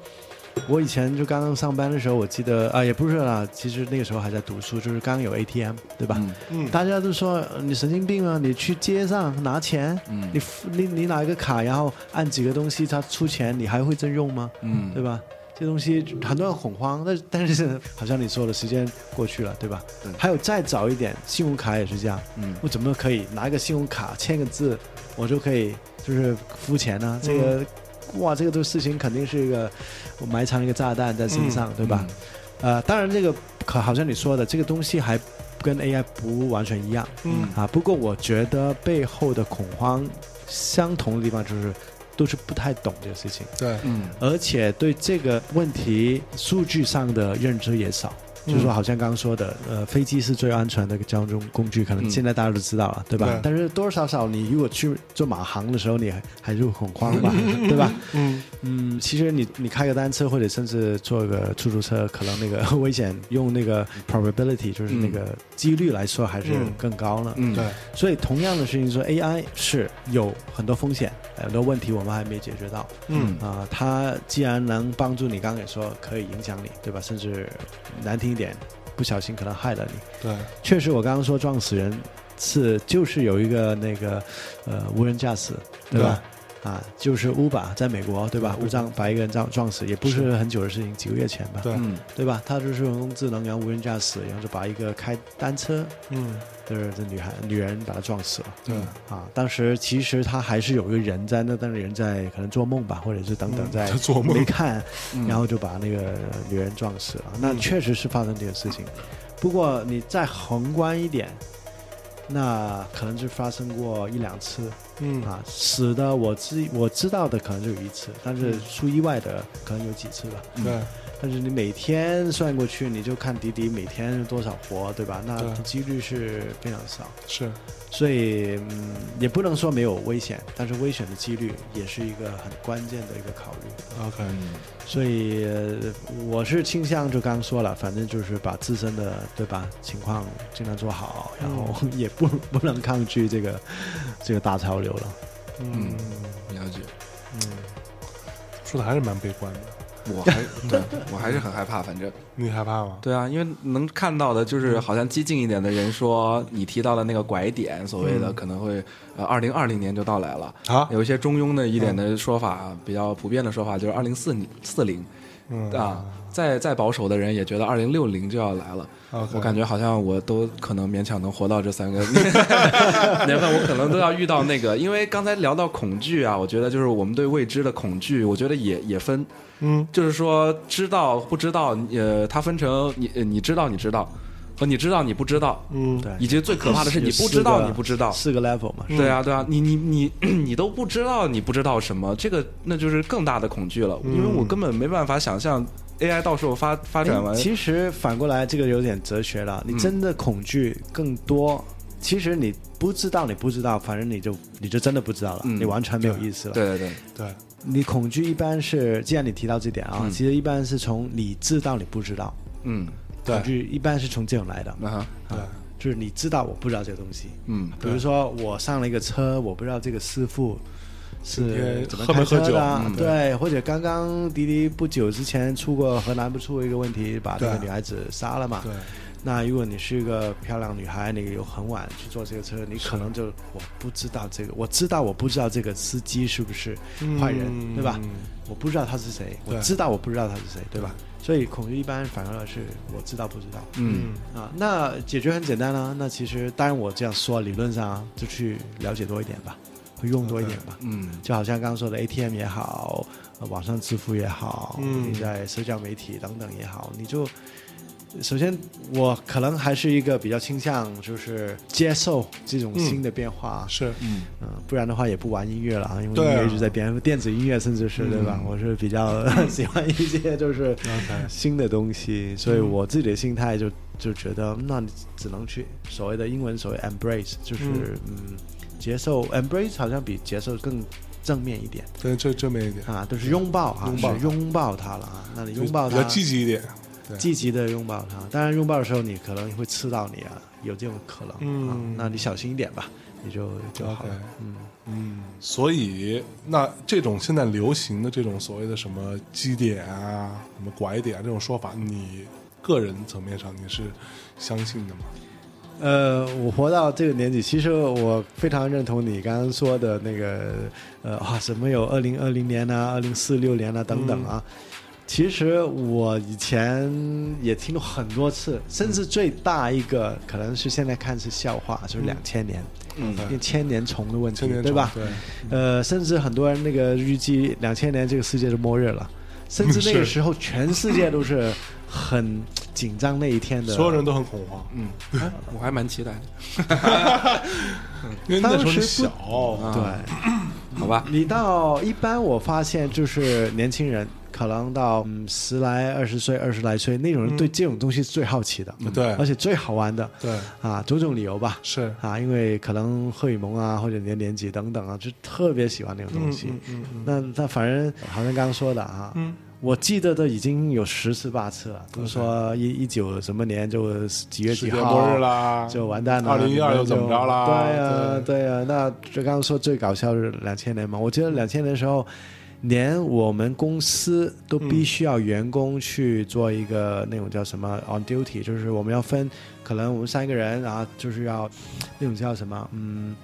我以前就刚刚上班的时候，我记得啊、也不是啦，其实那个时候还在读书，就是刚有 ATM，对吧？嗯嗯，大家都说呃你神经病啊！你去街上拿钱，嗯你你你拿一个卡，然后按几个东西，他出钱，你还会真用吗？嗯对吧？这东西很多人恐慌，但但是好像你说的时间过去了，对吧？对还有再早一点，信用卡也是这样，嗯我怎么可以拿一个信用卡签个字，我就可以就是付钱呢、这个、嗯哇，这个这个事情肯定是一个我埋藏一个炸弹在身嗯上，对吧？呃，当然这个可好像你说的这个东西还跟 AI 不完全一样，嗯啊，不过我觉得背后的恐慌相同的地方就是都是不太懂这个事情。对，嗯而且对这个问题数据上的认知也少。嗯就是说，好像刚刚说的，呃，飞机是最安全的一个交通工具，可能嗯现在大家都知道了，对吧？对但是多多少少，你如果去做马航的时候，你还还是会恐慌吧，对吧？嗯，嗯，其实你你开个单车，或者甚至坐个出租车，可能那个 危险用那个 probability，就是那个几率来说，还是嗯更高了。嗯，对，所以同样的事情说，AI 是有很多风险，很多问题我们还没解决到。嗯，啊、它既然能帮助你，刚刚也说可以影响你，对吧？甚至难听一点，不小心可能害了你。对，确实，我刚刚说撞死人是就是有一个那个呃无人驾驶，对吧？啊，就是 Uber 在美国，对吧？对无障把一个人撞撞死，也不是很久的事情，几个月前吧，对嗯对吧？他就是人工智能，然后无人驾驶，然后就把一个开单车嗯，的这女孩女人把她撞死了。对，啊，当时其实他还是有一个人在那，但是人在可能做梦吧，或者是等等嗯在在做梦没看，嗯然后就把那个女人撞死了。那嗯确实是发生这个事情，不过你再宏观一点，那可能就发生过一两次嗯，啊，死的我知我知道的可能就有一次，但嗯是出意外的可能有几次吧。对，但是你每天算过去，你就看迪迪每天多少活，对吧？那对几率是非常少。是，所以、嗯、也不能说没有危险，但是危险的几率也是一个很关键的一个考虑。 OK，所以、呃我是倾向就刚说了，反正就是把自身的对吧情况尽量做好，然后嗯也不不能抗拒这个这个大潮流了。嗯，了解。说的还是蛮悲观的。 我还对我还是很害怕，反正嗯你害怕吗？对啊，因为能看到的就是好像激进一点的人说，你提到的那个拐点，所谓的可能会呃，二零二零年就到来了。啊，有一些中庸的一点的说法，比较普遍的说法就是二零四四零嗯啊，再再保守的人也觉得二零六零就要来了。 OK 我感觉好像我都可能勉强能活到这三个年份，我可能都要遇到那个，因为刚才聊到恐惧啊，我觉得就是我们对未知的恐惧，我觉得也也分，嗯，就是说知道不知道，呃，它分成你呃你知道你知道和你知道你不知道，嗯，对，以及最可怕的是你不知有四道个你不知道，四个 level 嘛，对啊，对啊，你你你 你都不知道你不知道什么，这个那就是更大的恐惧了，因为我根本没办法想象 AI 到时候发发展完，哎其实反过来，这个有点哲学了。嗯你真的恐惧更多，其实你不知道，你不知道，反正你就你就真的不知道了，嗯你完全没有意思了。对对对，对，你恐惧一般是，既然你提到这点啊，嗯其实一般是从你知道你不知道，嗯，对恐惧一般是从这种来的。啊那哈，对，就是你知道我不知道这个东西，嗯，比如说我上了一个车，我不知道这个师傅是今天怎么喝没开喝车酒的啊，嗯对，或者刚刚迪迪不久之前出过河南不出一个问题，把那个对女孩子杀了嘛，对，那如果你是一个漂亮女孩，你有很晚去坐这个车，你可能就我不知道这个，我知道我不知道这个司机是不是坏人，嗯对吧？我不知道他是谁，我对知道我不知道他是谁，对吧？所以恐惧一般反而是我知道不知道。嗯，啊，那解决很简单啦、啊那其实，当然我这样说，理论上啊，就去了解多一点吧，会用多一点吧。嗯，就好像刚刚说的 ATM 也好，呃网上支付也好，嗯你在社交媒体等等也好，你就首先我可能还是一个比较倾向就是接受这种新的变化，是，嗯、不然的话也不玩音乐了啊，因为音对啊嗯乐一直在变，电子音乐甚至是、对吧？我是比较 喜欢一些就是新的东西，所以我自己的心态就就觉得，那你只能去所谓的英文所谓 embrace，就是嗯接受 embrace 好像比接受更正面一点对，这正面一点，啊，就是拥抱啊，拥抱是拥抱它了啊，那你拥抱比它较。积极一点，对，积极的拥抱它，当然拥抱的时候你可能会刺到你啊，有这种可能、啊嗯，那你小心一点吧，你就就好 OK，了。嗯嗯，所以那这种现在流行的这种所谓的什么基点啊、什么拐点啊这种说法，你个人层面上你是相信的吗？呃，我活到这个年纪，其实我非常认同你刚刚说的那个，呃，哇，什么有二零二零年啊，二零四六年啊等等啊。嗯其实我以前也听过很多次，甚至最大一个可能是现在看是笑话，就是两千年，嗯因为千年虫的问题千年，对吧？虫呃，甚至很多人那个预计两千年这个世界就末日了，甚至那个 是时候全世界都是很紧张那一天的，对，所有人都很恐慌，嗯，哎我还蛮期待的，因为那时候当时你不小，啊对。好吧，你到一般，我发现就是年轻人，可能到嗯十来二十岁、二十来岁那种人，对这种东西是最好奇的，嗯嗯对而且最好玩的，对啊，种种理由吧，是啊，因为可能荷尔蒙啊，或者你的年纪等等啊，就特别喜欢那种东西。嗯那那反正好像刚刚说的啊，我记得都已经有十次八次了，都说一一九什么年就几月世几界号末日啦，就完蛋了。 2012你又们就怎么着啦对啊，对啊。那就刚刚说最搞笑是两千年嘛，我记得两千年的时候，连我们公司都必须要员工去做一个那种叫什么 on duty，就是我们要分，可能我们三个人啊，就是要那种叫什么，嗯。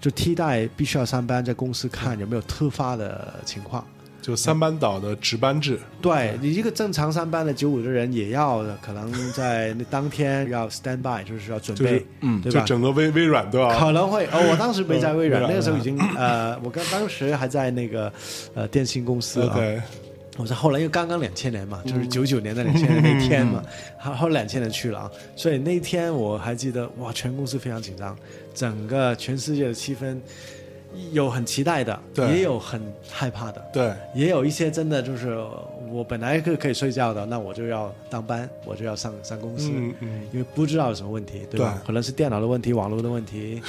就替代必须要上班，在公司看有没有突发的情况。就三班倒的值班制，对你一个正常上班的九五的人，也要可能在那当天要 stand by，就是要准备，就是嗯对就吧？整个微微软都要可能会哦，我当时没在微嗯软，微软那个时候已经呃，我刚当时还在那个呃电信公司啊， OK，嗯我是后来又刚刚两千年嘛，就是九九年到两千年那一天嘛，后后两千年去了啊，所以那一天我还记得哇，全公司非常紧张，整个全世界的气氛有很期待的，对也有很害怕的，对，也有一些真的就是呃我本来可可以睡觉的，那我就要当班，我就要上上公司，嗯嗯因为不知道有什么问题，对吧？对可能是电脑的问题，网络的问题，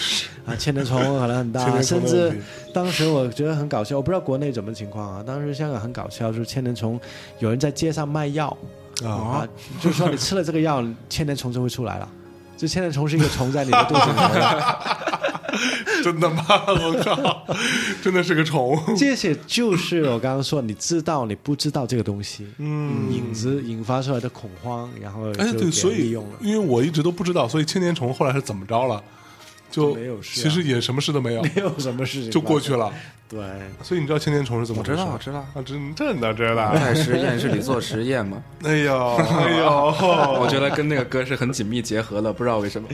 啊，千年虫可能很 千大，年虫甚的至问题当时我觉得很搞笑，我不知道国内怎么情况啊。当时香港很搞笑，就是千年虫，有人在街上卖药啊，啊，就是说你吃了这个药，千年虫就会出来了。这千年虫是一个虫在你的肚子里面。 真的吗？ 我靠，真的是个虫，这些就是我刚刚说，你知道你不知道这个东西，嗯引子引发出来的恐慌，然后就哎，给对，人所利以用了。 因为我一直都不知道，所以千年虫后来是怎么着了？就就没有事啊其实也什么事都没 有，没有什么事情就过去了。了。对，所以你知道千年虫是怎么我知回事道，吗？我知道，啊，真真的知 道。在实验室里做实验嘛，哎呦，哎 呦，我觉得跟那个歌是很紧密结合的，不知道为什么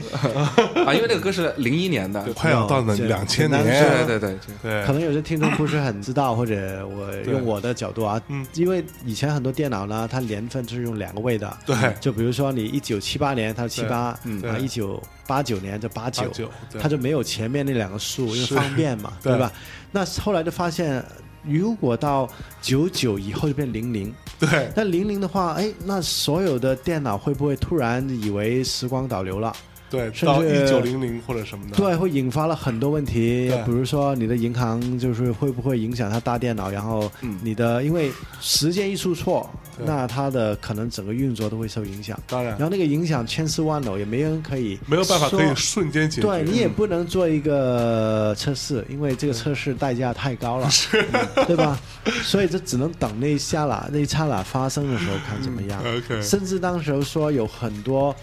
啊，因为这个歌是零一年的，快要到了这两千难啊对年，对对，这个对可能有些听众不是很知道，或 者我用我的角度啊，嗯因为以前很多电脑呢，它年份是用两个位的，对就比如说你一九七八年，它是七八，对啊一九八九年就八九啊89，对它就没有前面那两个数，因为是方便嘛，对对吧？那后来就发现如果到九九以后就变零零，对，那零零的话，哎，那所有的电脑会不会突然以为时光倒流了？对，甚到一至呃九零零或者什么的，对，会引发了很多问题对，比如说你的银行就是会不会影响它大电脑，然后你的、因为时间一出错，嗯对那它的可能整个运作都会受影响。当然然后那个影响千丝万缕，也没人可以没有办法可以说瞬间解决。对你也不能做一个测试，因为这个测试代价太高了，嗯对吧？所以这只能等那一下啦，那一刹那发生的时候看怎么样。嗯，OK 甚至当时候说有很多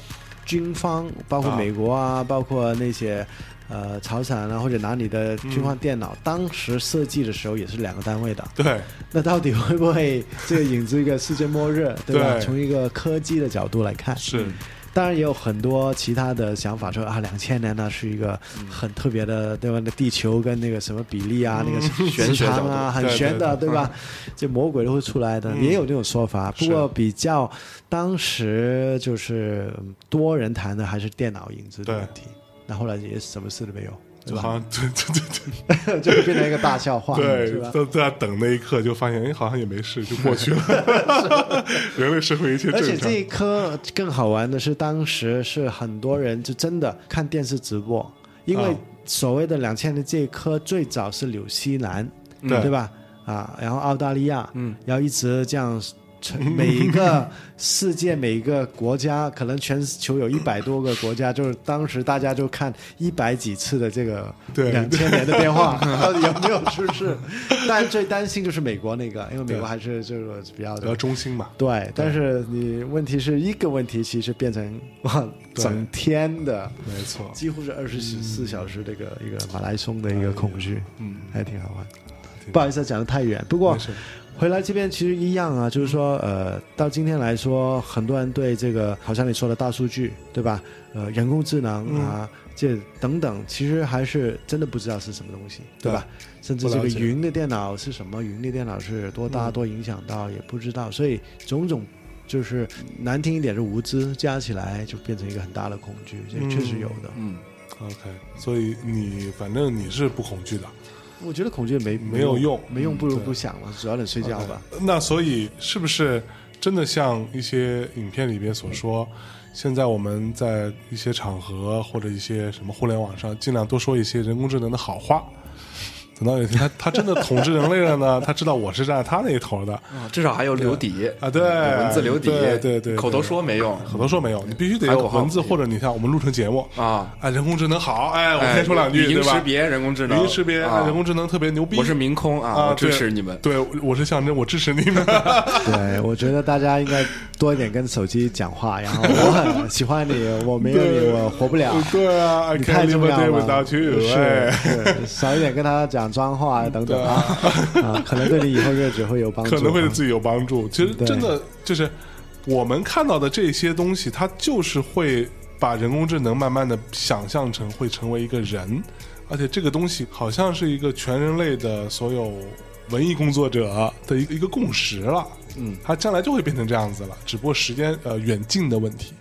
军方，包括啊美国啊，包括那些呃朝鲜啊，或者哪里的军方电嗯脑，当时设计的时候也是两个单位的。对那到底会不会这个引出一个世界末日，对吧？对从一个科技的角度来看，是当然也有很多其他的想法说，啊，两千年呢是一个很特别的，对吧？那地球跟那个什么比例啊，嗯那个玄磁学角场度啊，很对玄的，对对嗯对吧？这魔鬼都会出来的，也有这种说法。不是过比较当时就是嗯多人谈的还是电脑影子的对问题，那后来也什么事都没有，对就好吧？像对对对 就会变成一个大笑话，对是对，吧？都都在等那一刻，就发现哎，好像也没事，就过 去了。人类社会一切而且正常这。一科更好玩的是，当时是很多人就真的看电视直播，因为啊所谓的两千年这一科最早是纽西兰，嗯对对吧？啊，然后澳大利亚，嗯，然后一直这样。 每一个世界，每一个国家，可能全球有一百多个国家，就是当时大家就看一百几次的这个对两千年的 电话，到底有没有出事？但最担心就是美国那个，因为美对国还是就是 比较比较中心嘛，对，但是你问题是一个问题，其实变成哇，对整天的，没错。几乎是二十四小时的一个、一个马拉松的一个恐惧，嗯，还挺好玩。挺不好意思，讲的太远。不过没事回来这边其实一样啊，就是说，呃，到今天来说，很多人对这个，好像你说的大数据，对吧？呃，人工智能啊，这等等，其实还是真的不知道是什么东西，对吧？甚至这不个了解云的电脑是什么，云的电脑是多大、多影响到也不知道，所以种种。就是难听一点是无知，加起来就变成一个很大的恐惧，这确实有的。嗯， OK，所以你反正你是不恐惧的。我觉得恐惧没没有用没用不如嗯对不想了，主要得睡觉吧。呃那所以是不是真的像一些影片里边所说，现在我们在一些场合或者一些什么互联网上，尽量多说一些人工智能的好话。等到有一天他他真的统治人类了呢，他知道我是站在他那一头的，啊至少还有留底啊对文字留底，对对对口头说没用很多说没有，你必须得喊有口号文字或者你像我们录成节目啊。啊，人工智能好，哎，我哎先说两句语对音吧？识别人工智能，语音识别，啊哎人工智能特别牛逼，我是明空啊，啊，我支对持你们。对，我是象征，我支持 你们。 对，我觉得大家应该多一点跟手机讲话，然后我很喜欢你，我没有你对我活不 了。对啊，I 你太 can't 重 live 要 a day 了， without 是 you。哎是，少一点跟他讲脏话等等啊，啊，可能 对你以后日子会有帮 助啊，可能会对自己有帮助。其实对真的就是我们看到的这些东西，它就是会把人工智能慢慢的想象成会成为一个人，而且这个东西好像是一个全人类的所有文艺工作者的一个一个共识了。嗯，它将来就会变成这样子了，只不过时间呃远近的问题。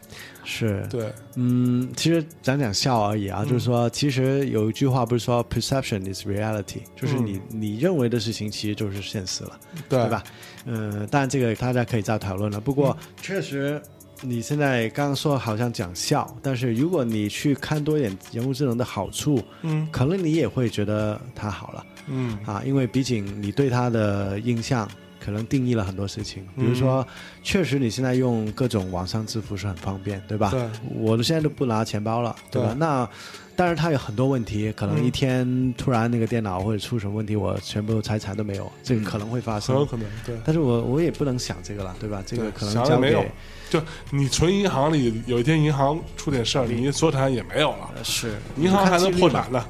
是，对，嗯，其实讲讲笑而已啊，就是说，其实有一句话不是说 perception is reality，就是你、你认为的事情其实就是现实了，对吧？嗯、当然这个大家可以再讨论了。不过、嗯确实，你现在刚刚说好像讲笑，但是如果你去看多一点人工智能的好处，嗯可能你也会觉得它好了。嗯，啊，因为毕竟你对他的印象可能定义了很多事情，嗯比如说，确实你现在用各种网上支付是很方便，对吧？对我都现在都不拿钱包了，对吧？对那当然它有很多问题，可能嗯一天突然那个电脑或者出什么问题，我全部财产都没有，嗯这个可能会发很生。有可能对。但是我我也不能想这个了，对吧？这个可能想了交没有给。就你存银行里，有一天银行出点事儿，嗯你所有财产也没有了，呃是银行还能破产呢。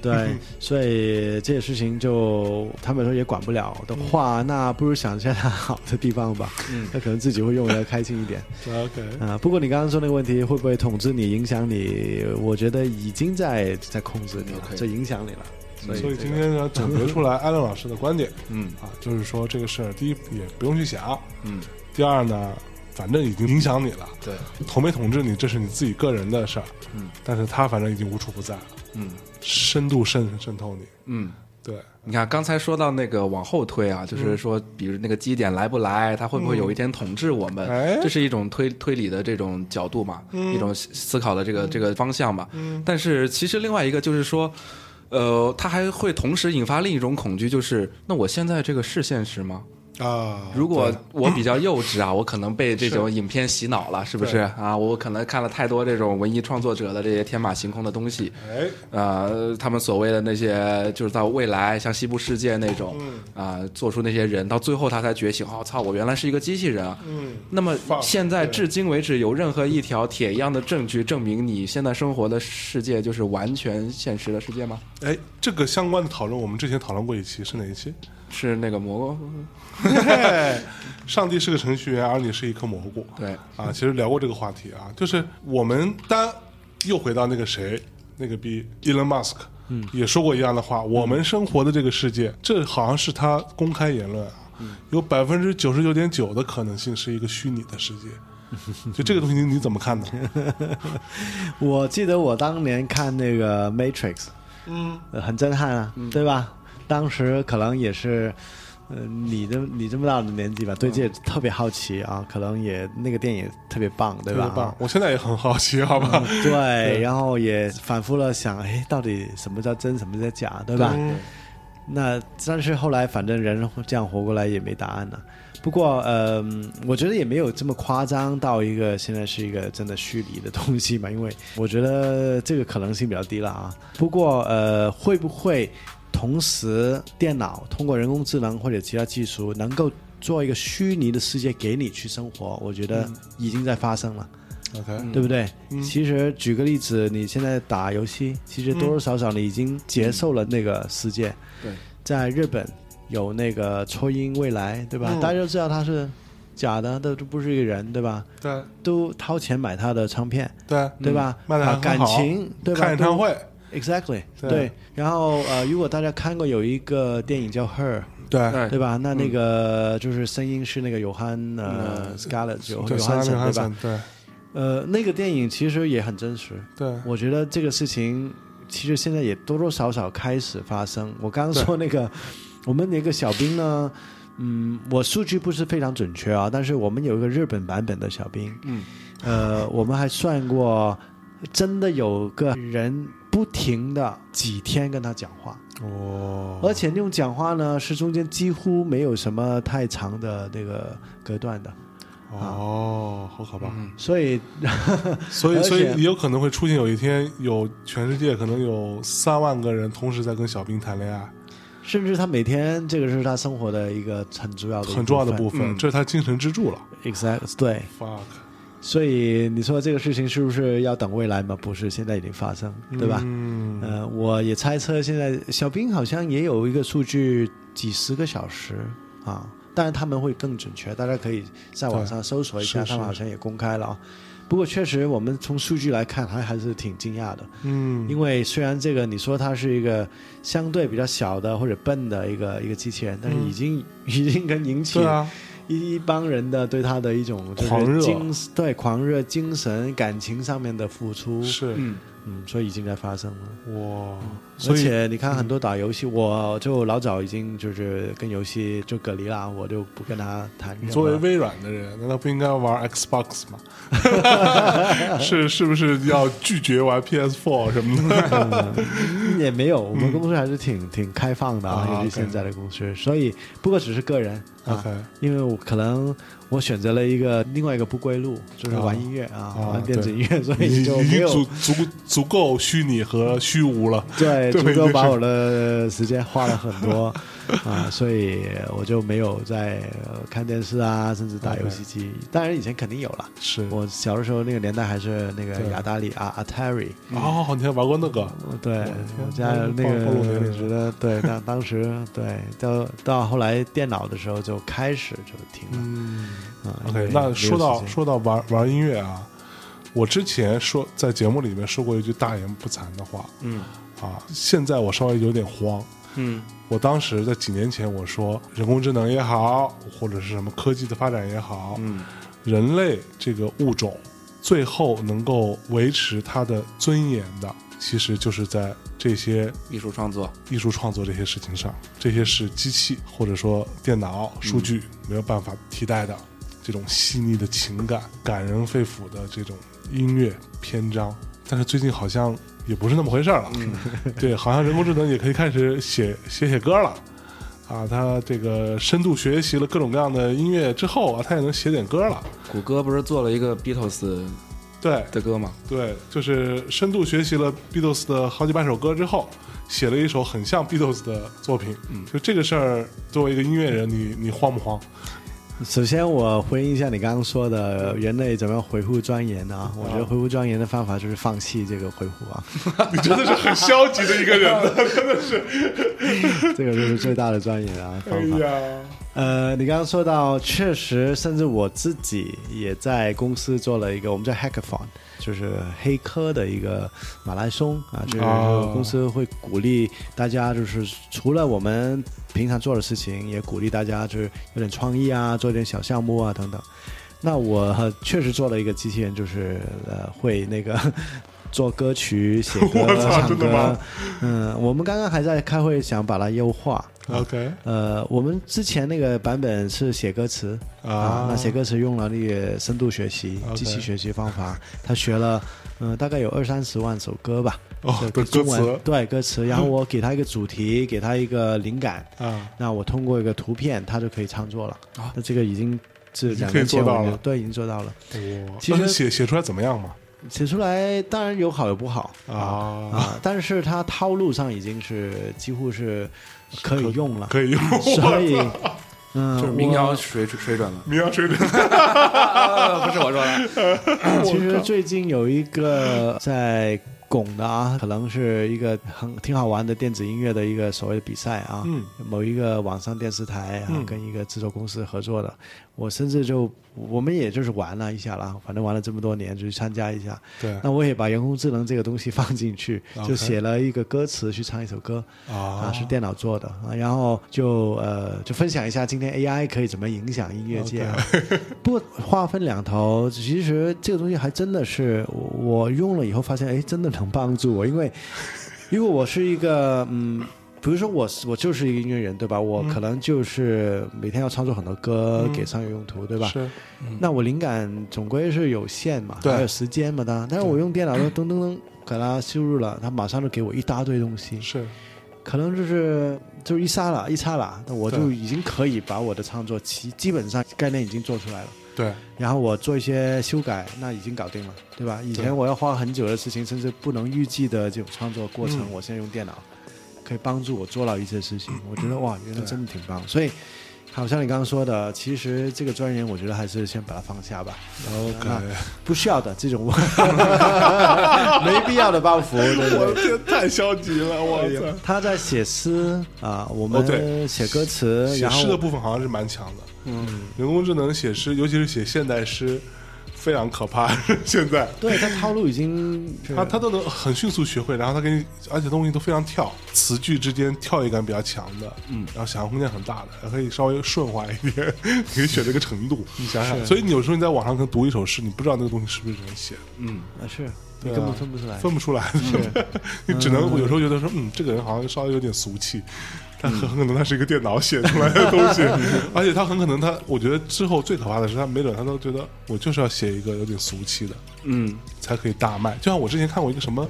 对，所以这些事情就他们说也管不了的话，那不如想一下它好的地方吧。嗯，那可能自己会用的开心一点 OK，啊、不过你刚刚说那个问题，会不会统治你、影响你？我觉得已经在在控制你了， OK 在影响你了。所以所以这今个天呢，总结出来艾伦老师的观点嗯啊，就是说这个事儿，第一也不用去想，嗯，第二呢，反正已经影响你了，对，统没统治你，这是你自己个人的事儿，嗯，但是他反正已经无处不在了，嗯深度渗渗透你，嗯，对，你看，刚才说到那个往后推嗯啊，就是说，比如那个基点来不来，他会不会有一天统治我们？哎嗯这是一种推推理的这种角度嘛，一种思思考的这个这个方向嘛。但是其实另外一个就是说，呃，它还会同时引发另一种恐惧，就是那我现在这个是现实吗？啊，如果我比较幼 稚啊，我可能被这种影片洗脑了，是不是对啊？我可能看了太多这种文艺创作者的这些天马行空的东西，哎，呃，他们所谓的那些，就是到未来像西部世界那种，啊、做出那些人，到最后他才觉醒，哦，操，我原来是一个机器人啊。嗯，那么 Fuck，现在对至今为止，有任何一条铁一样的证据证明你现在生活的世界就是完全现实的世界吗？哎，这个相关的讨论我们之前讨论过一期，是哪一期？是那个蘑菇？嘿 上帝是个程序员，而你是一颗蘑菇。对，啊，其实聊过这个话题啊，就是我们单又回到那个谁，那个逼 Elon Musk，嗯，也说过一样的话。我们生活的这个世界，这好像是他公开言论啊，嗯有百分之九十九点九的可能性是一个虚拟的世 界。就这个东西你怎么看呢？我记得我当年看那个《Matrix》，嗯，很震撼啊，对吧？当时可能也是，呃，你这你这么大的年纪吧，对这特别好奇啊，可能也那个电影特别棒，对对吧？嗯吧？我现在也很好奇，好吧？ 对，然后也反复了想，哎，到底什么叫真，什么叫假，对吧？嗯那但是后来，反正人这样活过来也没答案了。不过，呃，我觉得也没有这么夸张到一个现在是一个真的虚拟的东西嘛，因为我觉得这个可能性比较低了啊。不过，呃，会不会同时电脑通过人工智能或者其他技术能够做一个虚拟的世界给你去生活？我觉得已经在发生了。嗯，OK，对不嗯对？嗯其实举个例子，你现在打游戏，其实多多少少你已经接受了那个世界。嗯对，在日本有那个初音未来，对吧？嗯大家都知道他是假的，都都不是一个人，对吧？对都掏钱买他的唱片，对，对吧？嗯卖得还啊很感好情，对吧？看演唱会，都，exactly，对然后呃，如果大家看过有一个电影叫《Her》，对，对对吧？那那个就是声音是那个约翰呃嗯 Scarlett 约对，约三零翰逊，汉对吧森？，对呃，那个电影其实也很真实。对，我觉得这个事情其实现在也多多少少开始发生。我刚刚对说那个，我们那个小兵呢，嗯，我数据不是非常准确啊，但是我们有一个日本版本的小兵，嗯，呃，我们还算过，真的有个人不停的几天跟他讲话，哦，而且那种讲话呢是中间几乎没有什么太长的那个隔断的，啊哦，好可怕。所以所以，嗯而且所以也有可能会出现有一天，有全世界可能有三万个人同时在跟小兵谈恋爱，甚至他每天这个是他生活的一个很重要的一很重要的部部分，嗯这是他精神支柱了。分，exact 对。 fuck，所以你说这个事情是不是要等未来吗？不是，现在已经发生，对吧？嗯，呃，我也猜测，现在小兵好像也有一个数据，几十个小时啊，当然他们会更准确，大家可以在网上搜索一下，是是他们好像也公开了啊。不过确实，我们从数据来看，还还是挺惊讶的，嗯，因为虽然这个你说它是一个相对比较小的或者笨的一个一个机器人，但是已经、已经跟引嗯起对啊，一一帮人的对他的一种就是狂热精对狂热精神感情上面的付出，是嗯，嗯，所以已经在发生了。哇，嗯而所以且你看，很多打游戏，我就老早已经就是跟游戏就隔离了，我就不跟他谈你任作为何。微软的人，难道不应该玩 Xbox 吗？ 是是不是要拒绝玩 PS4 什么 的？嗯也没有，我们公司还是挺、挺开放的啊，啊尤其 OK 现在的公司，所以不过只是个人啊 OK 因为我可能我选择了一个另外一个不归路，就是玩音乐啊，啊玩电子对音乐，所已以就没经有足足足够虚拟和虚无了。 对，对足就够是把我的时间花了很多啊，所以我就没有在、呃看电视啊，甚至打游戏机。当然以前肯定有了，是我小的时候那个年代还是那个对雅达利啊，Atari。哦，你还玩过那个？对，我家那就那暴暴露个年龄觉得对，那当时对，到到后来电脑的时候就开始就停了。嗯。啊 OK，因为没那有说到时间说到玩玩音乐啊，我之前说在节目里面说过一句大言不惭的话，嗯啊，现在我稍微有点慌。嗯我当时在几年前我说，人工智能也好，或者是什么科技的发展也好，嗯人类这个物种最后能够维持它的尊严的，其实就是在这些艺术创作，艺术创作这些事情上，这些是机器或者说电脑、数据没有办法替代的。这种细腻的情感、感人肺腑的这种音乐篇章，但是最近好像也不是那么回事儿了。嗯嗯对，好像人工智能也可以开始写写写歌了。啊，他这个深度学习了各种各样的音乐之后啊，他也能写点歌了。谷歌不是做了一个 Beatles 对，的歌吗？对，就是深度学习了 Beatles 的好几百首歌之后，写了一首很像 Beatles 的作品。嗯，就这个事儿，作为一个音乐人，你你慌不慌？首先，我回应一下你刚刚说的，人类怎么样回复庄严啊？我觉得回复庄严的方法就是放弃这个回复啊，你 真的是很消极的一个人呢，真的是。这个就是最大的庄严啊 哎方 法。呀，呃，你刚刚说到，确实，甚至我自己也在公司做了一个，我们叫 Hackathon，就是黑科的一个马拉松啊，就是哦公司会鼓励大家，就是除了我们平常做的事情，也鼓励大家就是有点创意啊，做点小项目啊等等。那我呃确实做了一个机器人，就是呃会那个 做歌曲、写歌 我、操唱真的吗歌。嗯，我们刚刚还在开会，想把它优化。 OK 呃，我们之前那个版本是写歌词啊那写歌词用了那个深度学习、 OK 机器学习方法，他学了，嗯、大概有二三十万首歌吧，哦就的中歌文词对歌词，然后我给他一个主题，给他一个灵感，啊，那我通过一个图片，他就可以创作了。啊那这个已经是已经两可以年做前到我们了就对已经做到了，哇其那实是写写出来怎么样嘛？写出来当然有好有不好啊，啊，但是它套路上已经是几乎是可以用了，可以用。 所以。嗯，就是民谣我水水准了民谣水准，啊，不是我说的， 其实最近有一个在拱的啊，可能是一个很挺好玩的电子音乐的一个所谓的比赛啊，嗯某一个网上电视台啊、嗯跟一个制作公司合作的，我甚至就我们也就是玩了一下啦，反正玩了这么多年就去参加一下， 对那我也把人工智能这个东西放进去，啊 OK 就写了一个歌词去唱一首歌。 啊，啊是电脑做的啊，然后就呃，就分享一下今天 AI 可以怎么影响音乐哦界啊。 不过话分两头，其实这个东西还真的是我我用了以后发现，哎，真的能帮助我，因为因为我是一个嗯。比如说我是我就是一个音乐人，对吧？我可能就是每天要创作很多歌、嗯给商业用途，对吧？是那我灵感总归是有限嘛，对还有时间嘛，当然。但是我用电脑就噔噔噔给它输入了，它马上就给我一大堆东西，是，可能就是就是一刹那一刹那，那我就对已经可以把我的创作基基本上概念已经做出来了。对然后我做一些修改，那已经搞定了，对吧？以对前我要花很久的事情，甚至不能预计的这种创作过程，嗯我现在用电脑可以帮助我做到一些事情。我觉得哇，原来真的挺棒。所以，好像你刚刚说的，其实这个钻研，我觉得还是先把它放下吧。 ，OK。不需要的这种 没必要的包袱，对不我对的？天， 太消极了，我操！他在写诗啊，我哦对们写歌词，写然诗的后部分好像是蛮强的，嗯，人工智能写诗，尤其是写现代诗，非常可怕。 现在对他套路已经是他他都能很迅速学会，然后他给你，而且东西都非常跳，词句之间跳跃感比较强的，嗯，然后想象空间很大的，还可以稍微顺滑一点， 你可以选这个程度，你想想。所以你有时候你在网上可能读一首诗，你不知道那个东西是不是人写的，啊是，你对啊根本分不出来。分不出来， 你只能有时候觉得说，嗯，这个人好像稍微有点俗气，但很很可能他是一个电脑写出来的东西，而且他很可能他，我觉得之后最可怕的是，他没准他都觉得我就是要写一个有点俗气的嗯，才可以大卖。就像我之前看过一个什么，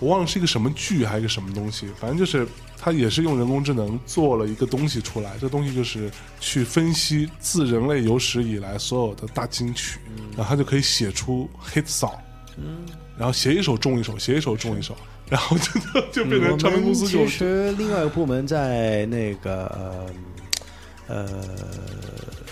我忘了是一个什么剧还是一个什么东西，反正就是他也是用人工智能做了一个东西出来，这东西就是去分析自人类有史以来所有的大金曲，嗯然后他就可以写出 hit song。然后写一首中一首，写一首中一首，然后就就变成唱片公司我就们其实另外一个部门在那个呃呃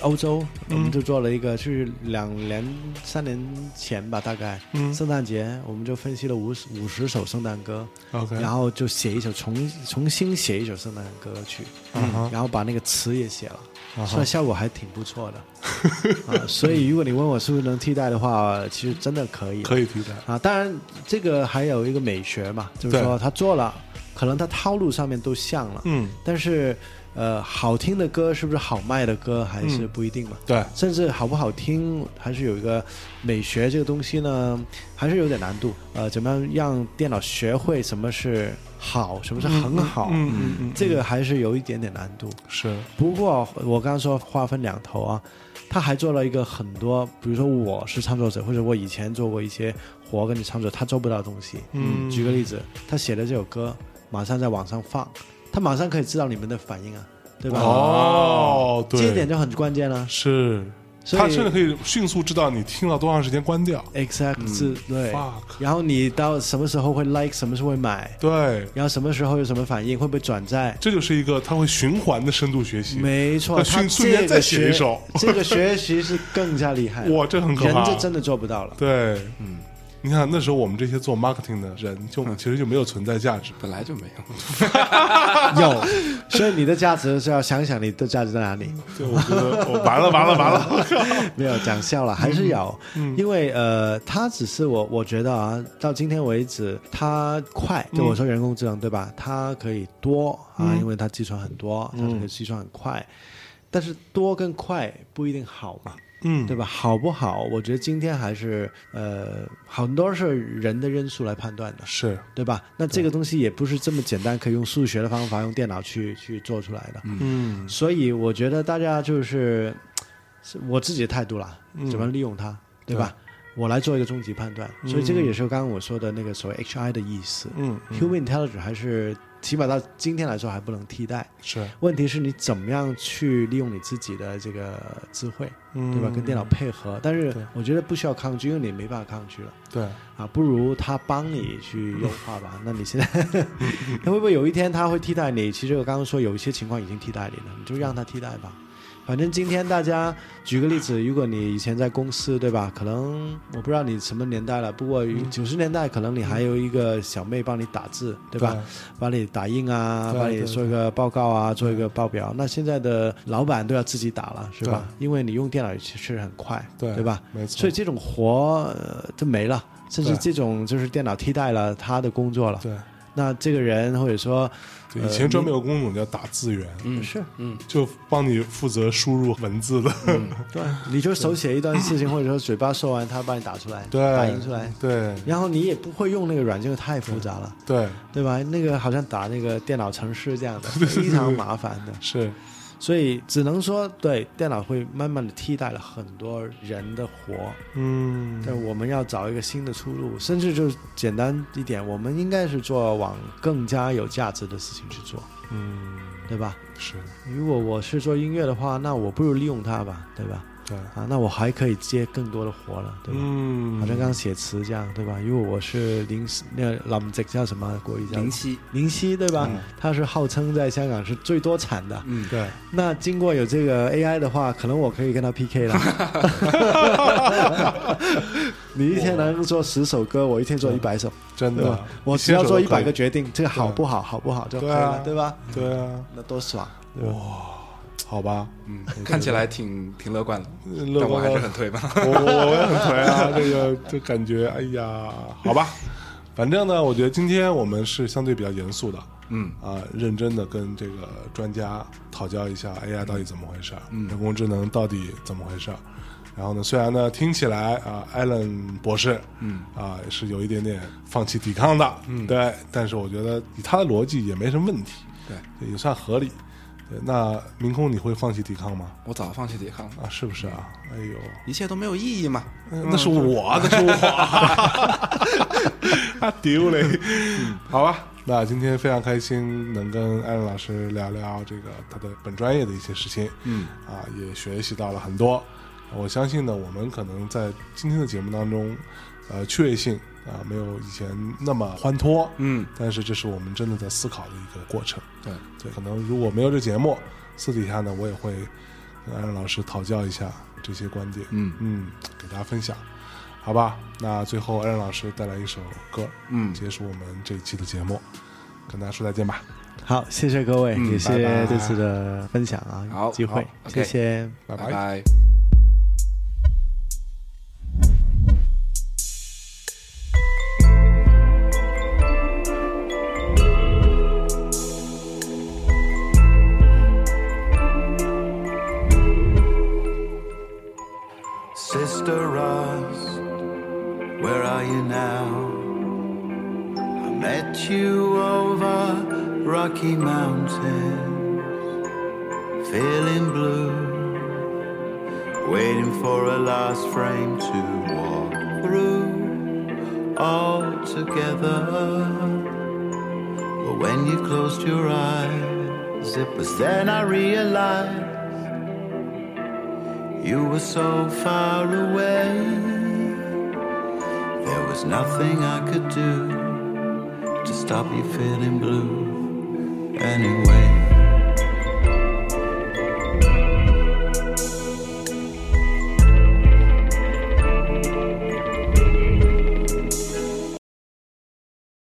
欧洲，嗯我们就做了一个，就是两年三年前吧，大概、嗯圣诞节我们就分析了五十五十首圣诞歌 OK 然后就写一首重重新写一首圣诞歌曲，哈然后把那个词也写了。Uh-huh 所以效果还挺不错的，啊，所以如果你问我是不是能替代的话，其实真的可以，可以替代。啊，当然这个还有一个美学嘛，就是对说他做了，可能他套路上面都像了，嗯，但是呃，好听的歌是不是好卖的歌还是不一定嘛？对，甚至好不好听，还是有一个美学这个东西呢，还是有点难度。呃，怎么样让电脑学会什么是好，什么是很好，嗯嗯嗯，这个还是有一点点难度。是，不过我刚刚说话分两头啊，他还做了一个很多，比如说我是创作者，或者我以前做过一些活跟你创作，他做不到的东西。嗯举个例子，他写的这首歌，马上在网上放，他马上可以知道你们的反应啊，对吧？，哦，对，这一点就很关键了、是，所以他甚至可以迅速知道你听了多长时间关掉。 Exact，、是对。嗯 Fuck 然后你到什么时候会 like，什么时候会买，对，然后什么时候有什么反应，会不会转载？这就是一个他会循环的深度学习。没错，那他迅这瞬间个再写一学首 这个学习是更加厉害。哇，这很可人怕。这真的做不 到了。对，嗯，你看那时候我们这些做 marketing 的人，就其实就没有存在价值。本来就没有，有，所以你的价值是要想想你的价值 在哪里。 对，我觉得我完了，完了，完了。没有讲笑了，还是有，嗯因为呃，它只是我我觉得啊，到今天为止，它快，嗯对我说人工智能对吧？它可以多啊，因为它计算很多，嗯它这个计算很快，但是多跟快不一定好嘛。 嗯对吧？好不好？我觉得今天还是呃，很多是人的因素来判断的。是，对吧？那这个东西也不是这么简单，可以用数学的方法、用电脑去去做出来的。嗯，所以我觉得大家就是是我自己的态度啦，嗯怎么利用它，对吧？我来做一个终极判断。所以这个也是刚刚我说的那个所谓 HI 的意思。嗯 Human intelligence 还是起码到今天来说还不能替代。嗯是，问题是你怎么样去利用你自己的这个智慧，嗯对吧？跟电脑配合，但是我觉得不需要抗拒，因为你没办法抗拒了。对，啊，不如他帮你去优化吧。那你现在， 那会不会有一天他会替代你？其实我刚刚说有一些情况已经替代你了，你就让他替代吧。反正今天大家举个例子，如果你以前在公司对吧？可能我不知道你什么年代了，不嗯过九十年代可能你还有一个小妹帮你打字对吧？帮你打印啊，对帮你对做一个报告啊，做一个报表。那现在的老板都要自己打了是吧？因为你用电脑其实很快，对吧？没错所以这种活呃就没了，甚至对这种就是电脑替代了他的工作了。对，那这个人或者说对，呃以前专门有工种叫打字员，嗯是，就帮你负责输入文字的。对，你就手写一段事情，或者说嘴巴说完，他帮你打出来，对，打印出来，对，然后你也不会用那个软件，太复杂了，对，对吧？那个好像打那个电脑程式这样 的，非常麻烦的。是，所以只能说，对电脑会慢慢的替代了很多人的活，嗯，但我们要找一个新的出路，甚至就简单一点，我们应该是做往更加有价值的事情去做，嗯，对吧？是，如果我是做音乐的话，那我不如利用它吧，对吧？对，啊，那我还可以接更多的活了，对吧？嗯，好像刚刚写词这样，对吧？如果我是林那个林夕叫什么国语叫零七，林夕，对嗯吧？他是号称在香港是最多产的，嗯，对，那经过有这个 AI 的话，可能我可以跟他 PK 了。你一天能做十首歌，我一天做一百首，真对的吧，？我只要做一百个新决定，这个好不好，好不好就可以对了啊，对吧？手都可以，对啊，那多爽！好吧，嗯，看起来挺挺乐观的，乐但我还观了是很颓吧。我我我也很颓啊，这个就感觉哎呀，好吧，反正呢，我觉得今天我们是相对比较严肃的，嗯啊，认真的跟这个专家讨教一下 AI 到底怎么回事儿，人工智能到底怎么回事儿。然后呢，虽然呢听起来啊，艾伦博士，嗯啊是有一点点放弃抵抗的，嗯，对，但是我觉得以他的逻辑也没什么问题，对，也算合理。对，那明空你会放弃抵抗吗？我早放弃抵抗了，啊，是不是啊？哎呦，一切都没有意义嘛。嗯那是我，那 是我，啊丢嘞！好吧，嗯那今天非常开心能跟艾伦老师聊聊这个他的本专业的一些事情，嗯，啊，也学习到了很多。我相信呢，我们可能在今天的节目当中，呃，趣味性啊、没有以前那么欢脱，嗯，但是这是我们真的在思考的一个过程。对，对，可能如果没有这节目，私底下呢，我也会跟艾伦老师讨教一下这些观点，嗯嗯，给大家分享，好吧？那最后艾伦老师带来一首歌，嗯结束我们这一期的节目，跟大家说再见吧，好，谢谢各位，也谢拜拜谢这次的分享啊，好机会好，谢谢。拜拜拜。 I Met you over Rocky Mountains, feeling blue, waiting for a last frame to walk through all together. But when you closed your eyes, it was then I realized you were so far away. There was nothing I could do to stop you feeling blue anyway.